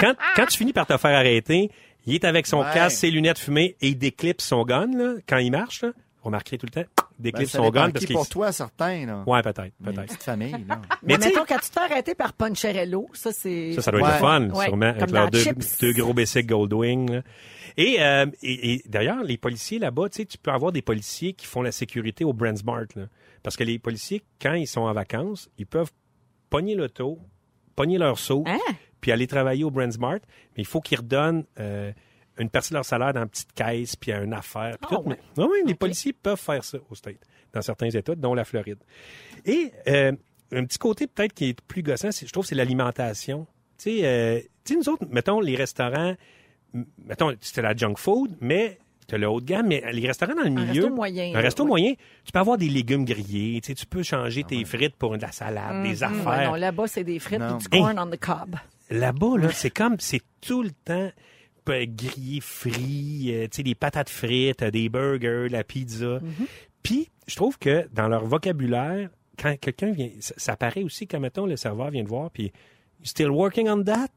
quand, quand tu finis par te faire arrêter, il est avec son
Ouais.
casque, ses lunettes fumées et il déclipse son gun, là, quand il marche, là. Vous remarquerez tout le temps, il
Ben,
déclipse
ça
son
dépend
gun
qui
parce qu'il...
pour toi, certains, là.
Ouais, peut-être,
Mais Une
peut-être.
petite famille, là.
Mais,
Mais tu sais,
mettons, quand tu te fais arrêter par Poncherello, ça, c'est...
ça, ça doit être
Ouais.
le fun,
Ouais,
sûrement,
comme
avec
dans
leurs deux,
Chips.
deux gros bessics Goldwing, là. Et, euh, et, et d'ailleurs, les policiers là-bas, tu sais, tu peux avoir des policiers qui font la sécurité au Brandsmart, là. Parce que les policiers, quand ils sont en vacances, ils peuvent pogner l'auto, pogner leur saut,
Hein?
puis aller travailler au Brandsmart, mais il faut qu'ils redonnent euh, une partie de leur salaire dans une petite caisse, puis à une affaire. puis
Ah,
tout.
ouais.
Mais- ouais, ouais, les policiers peuvent faire ça au State, dans certains États, dont la Floride. Et euh, un petit côté peut-être qui est plus gossant, c'est- je trouve, c'est l'alimentation. Tu sais, euh, tu sais, nous autres, mettons, les restaurants, m- mettons, c'était la junk food, mais c'était le haut de gamme, mais les restaurants dans le
Un
milieu...
resto moyen.
Un resto
Ouais.
moyen, tu peux avoir des légumes grillés, tu sais, tu peux changer tes frites pour de la salade, des
Mm-hmm. Hmm, Ouais,
affaires.
non, là-bas, c'est des frites
Non.
et du corn on the cob.
Là-bas, là, c'est comme, c'est tout le temps euh, grillé, frit, euh, tu sais, des patates frites, euh, des burgers, la pizza.
Mhm.
Puis, je trouve que dans leur vocabulaire, quand quelqu'un vient, ça, ça paraît aussi quand, mettons, le serveur vient te voir, puis « Still working on that?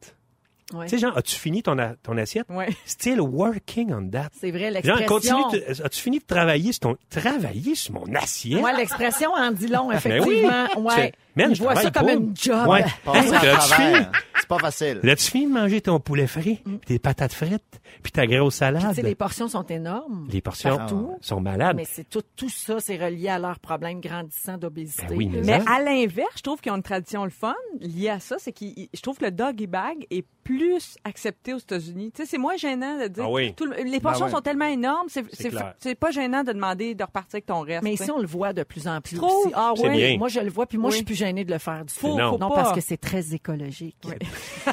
Ouais.
Tu sais, genre, as-tu fini ton, a- ton assiette?
Ouais.
Still working on that.
C'est vrai,
Genre,
l'expression...
continue, de- euh, as-tu fini de travailler sur ton, travailler sur mon assiette?
Moi, l'expression en dit
Ben
long,
oui.
effectivement.
Tu
Ouais.
fais, Man,
Ils
je
voient ça comme
travaille
une
pas.
job.
Ouais.
Passer
Hey,
à
as-tu fini?
travers, c'est pas facile.
Là, tu finis de manger ton poulet frit, puis tes patates frites, puis ta grosse
Tu
salade.
sais, les portions sont énormes.
les portions
Partout.
sont malades.
Mais c'est tout, tout ça, c'est relié à leurs problèmes grandissants d'obésité.
Ben oui, mais-
Mais à l'inverse, je trouve qu'ils ont une tradition le fun liée à ça, c'est que je trouve que le doggy bag est plus accepté aux États-Unis. Tu sais, c'est moins gênant de dire.
Ah oui.
tout le- les portions
ouais.
sont tellement énormes, c'est- c'est
clair.
c'est pas gênant de demander de repartir avec ton reste.
Mais
tu
ici,
sais.
on le voit de plus en plus.
Tu trouves?
aussi. Ah
C'est bien.
oui, moi je le vois, puis moi
Oui.
je suis plus gênée de le faire du tout.
Faut-
Non.
faut
Non,
pas.
parce que c'est très écologique.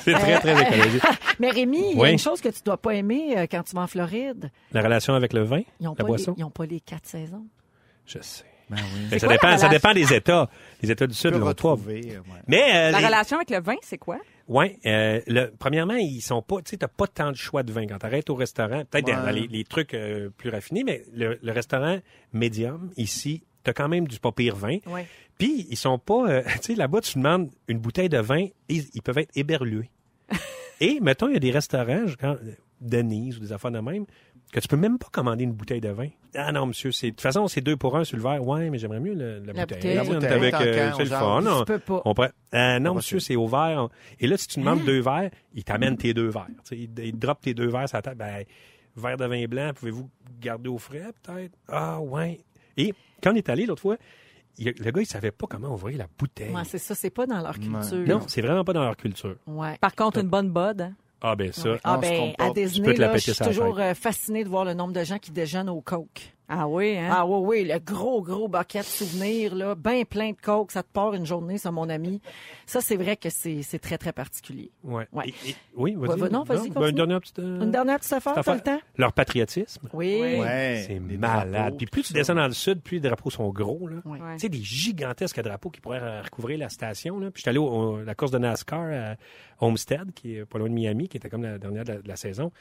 C'est très, très écologique.
Mais Rémi, il y a
Oui.
une chose que tu dois pas aimer euh, quand tu vas en Floride.
La relation avec le vin,
Ils ont
la
pas les,
boisson,
ils ont pas les quatre saisons.
je sais.
Ben oui.
Mais ça,
quoi la
dépend, ça
relation?
dépend des États. Les États du
Tu
Sud,
peux
ils ont trois.
retrouver, euh, ouais.
Mais, euh,
La
les-
relation avec le vin, c'est quoi?
ouais, euh, le- premièrement, ils sont pas, tu sais, t'as pas tant de choix de vin quand t'arrêtes au restaurant. Peut-être dans-
Ouais.
dans les, les trucs euh, plus raffinés, mais le, le restaurant médium, ici, t'as quand même du pas pire vin.
Ouais.
Puis, ils sont pas, euh, tu sais, là-bas, tu demandes une bouteille de vin, ils, ils peuvent être éberlués. Et, mettons, il y a des restaurants, je- quand, Denise ou des affaires de même, que tu peux même pas commander une bouteille de vin. Ah non, monsieur, c'est de toute façon, c'est deux pour un sur le verre. Ouais, mais j'aimerais mieux le- la, bouteille.
bouteille.
La
La
bouteille,
bouteille,
avec,
tant
euh,
qu'à, on
c'est le
jase.
fun.
Tu
on-
peux pas.
on prend- Euh, non,
va
monsieur,
sur-
c'est au verre. Et là, si tu
Hein?
demandes deux verres, ils t'amènent tes deux verres. Tu sais, Ils ils te droppent tes deux verres sur la table. Ben, verre de vin blanc, pouvez-vous garder au frais, peut-être? Ah, ouais. Et quand on est allé l'autre fois, il y a- le gars, il savait pas comment ouvrir la bouteille.
Ouais, c'est ça, c'est pas dans leur culture.
non, c'est vraiment pas dans leur culture.
Ouais.
Par contre, une bonne bod. hein.
Ah, ben ça.
Ah
On se
ben,
trompe pas.
à
Tu
peux
Disney,
te la
là,
péter
je suis
sur la
toujours euh, fascinée de voir le nombre de gens qui déjeunent au Coke.
Ah oui, hein?
Ah oui, oui, le gros, gros bucket de souvenirs, là, ben plein de Coke, ça te part une journée, ça, mon ami. Ça, c'est vrai que c'est c'est très, très particulier.
Ouais.
Ouais.
Et- et- oui, vas-y.
Ouais, va- non, vas-y,
ben,
continue.
une dernière petite. euh,
Une dernière petite affaire,
petite
t'as le
affaire.
temps?
Leur patriotisme.
Oui.
Ouais.
C'est
Des
malade.
drapeaux,
Puis plus tu descends dans le sud, plus les drapeaux sont gros. Là.
Ouais.
Tu sais, des gigantesques drapeaux qui pourraient euh, recouvrir la station. Là. Puis j'étais allé au- au- à la course de NASCAR à Homestead, qui est pas loin de Miami, qui était comme la dernière de la, de la saison.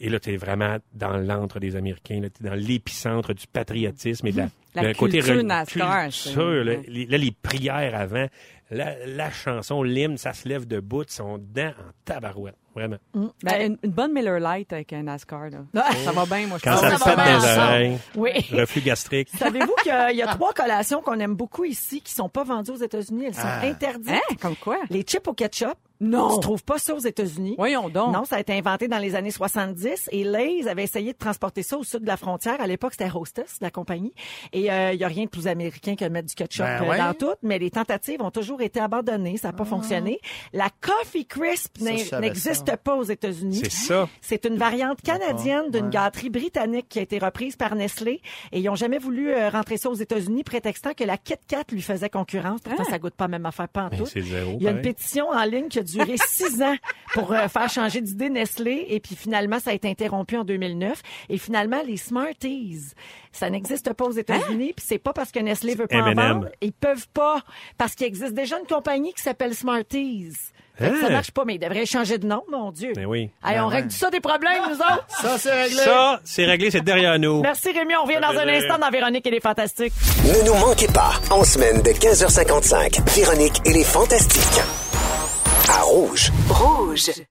Et là, tu es vraiment dans l'antre des Américains. Tu es dans l'épicentre du patriotisme et de la,
La
d'un côté
culture
re-
NASCAR,
culture,
c'est-
là.
ouais.
Les, là, les prières avant, la, la chanson, l'hymne, ça se lève debout, ils sont dedans en tabarouette. Vraiment.
Ben, Ah. une, une bonne Miller Lite avec un NASCAR, là. Ça va bien, moi, je
Quand
pense.
ça,
ça
te
va
fait
bien
dans les
ensemble.
oreilles,
Oui.
reflux gastrique.
Savez-vous
Euh,
qu'il
Ah.
y a trois collations qu'on aime beaucoup?
Beaucoup ici qui sont pas vendus aux États-Unis, elles sont interdites.
Hein? Comme quoi?
Les chips au ketchup,
Non.
tu trouves pas ça aux États-Unis.
Voyons donc.
Non, ça a été inventé dans les années 70 et Lay's avait essayé de transporter ça au sud de la frontière. À l'époque, c'était Hostess, la compagnie. Et euh, il y a rien de plus américain que de mettre du ketchup
Ben
euh,
ouais.
dans tout, mais les tentatives ont toujours été abandonnées. Ça n'a pas fonctionné. La Coffee Crisp
Ah. Ça, je
n'e-
savais
n'existe
ça.
pas aux États-Unis.
C'est ça.
C'est une variante canadienne d'une
ouais.
gâterie britannique qui a été reprise par Nestlé et ils ont jamais voulu euh, rentrer ça aux États-Unis prétextant que la Kit Kat lui faisait concurrence.
Ah.
Pourtant, ça goûte pas même affaire pas en
Mais
tout.
Ben, c'est zéro,
Il y a une
pareil.
pétition en ligne qui a duré six ans pour euh, faire changer d'idée Nestlé et puis finalement ça a été interrompu en 2009 et finalement les Smarties ça n'existe pas aux États-Unis
Hein?
puis c'est pas parce que Nestlé veut pas en
M&M.
vendre ils peuvent pas parce qu'il existe déjà une compagnie qui s'appelle Smarties Fait que
Hein?
ça marche pas mais ils devraient changer de nom mon dieu
Mais oui.
Hey, on règle tout ça des problèmes, nous autres.
Ça, c'est réglé.
Ça, c'est réglé, c'est derrière nous.
Merci Rémi, on revient dans un
plaisir.
instant dans Véronique et les Fantastiques.
Ne nous manquez pas, en semaine de 15h55, Véronique et les Fantastiques. À Rouge.
Rouge.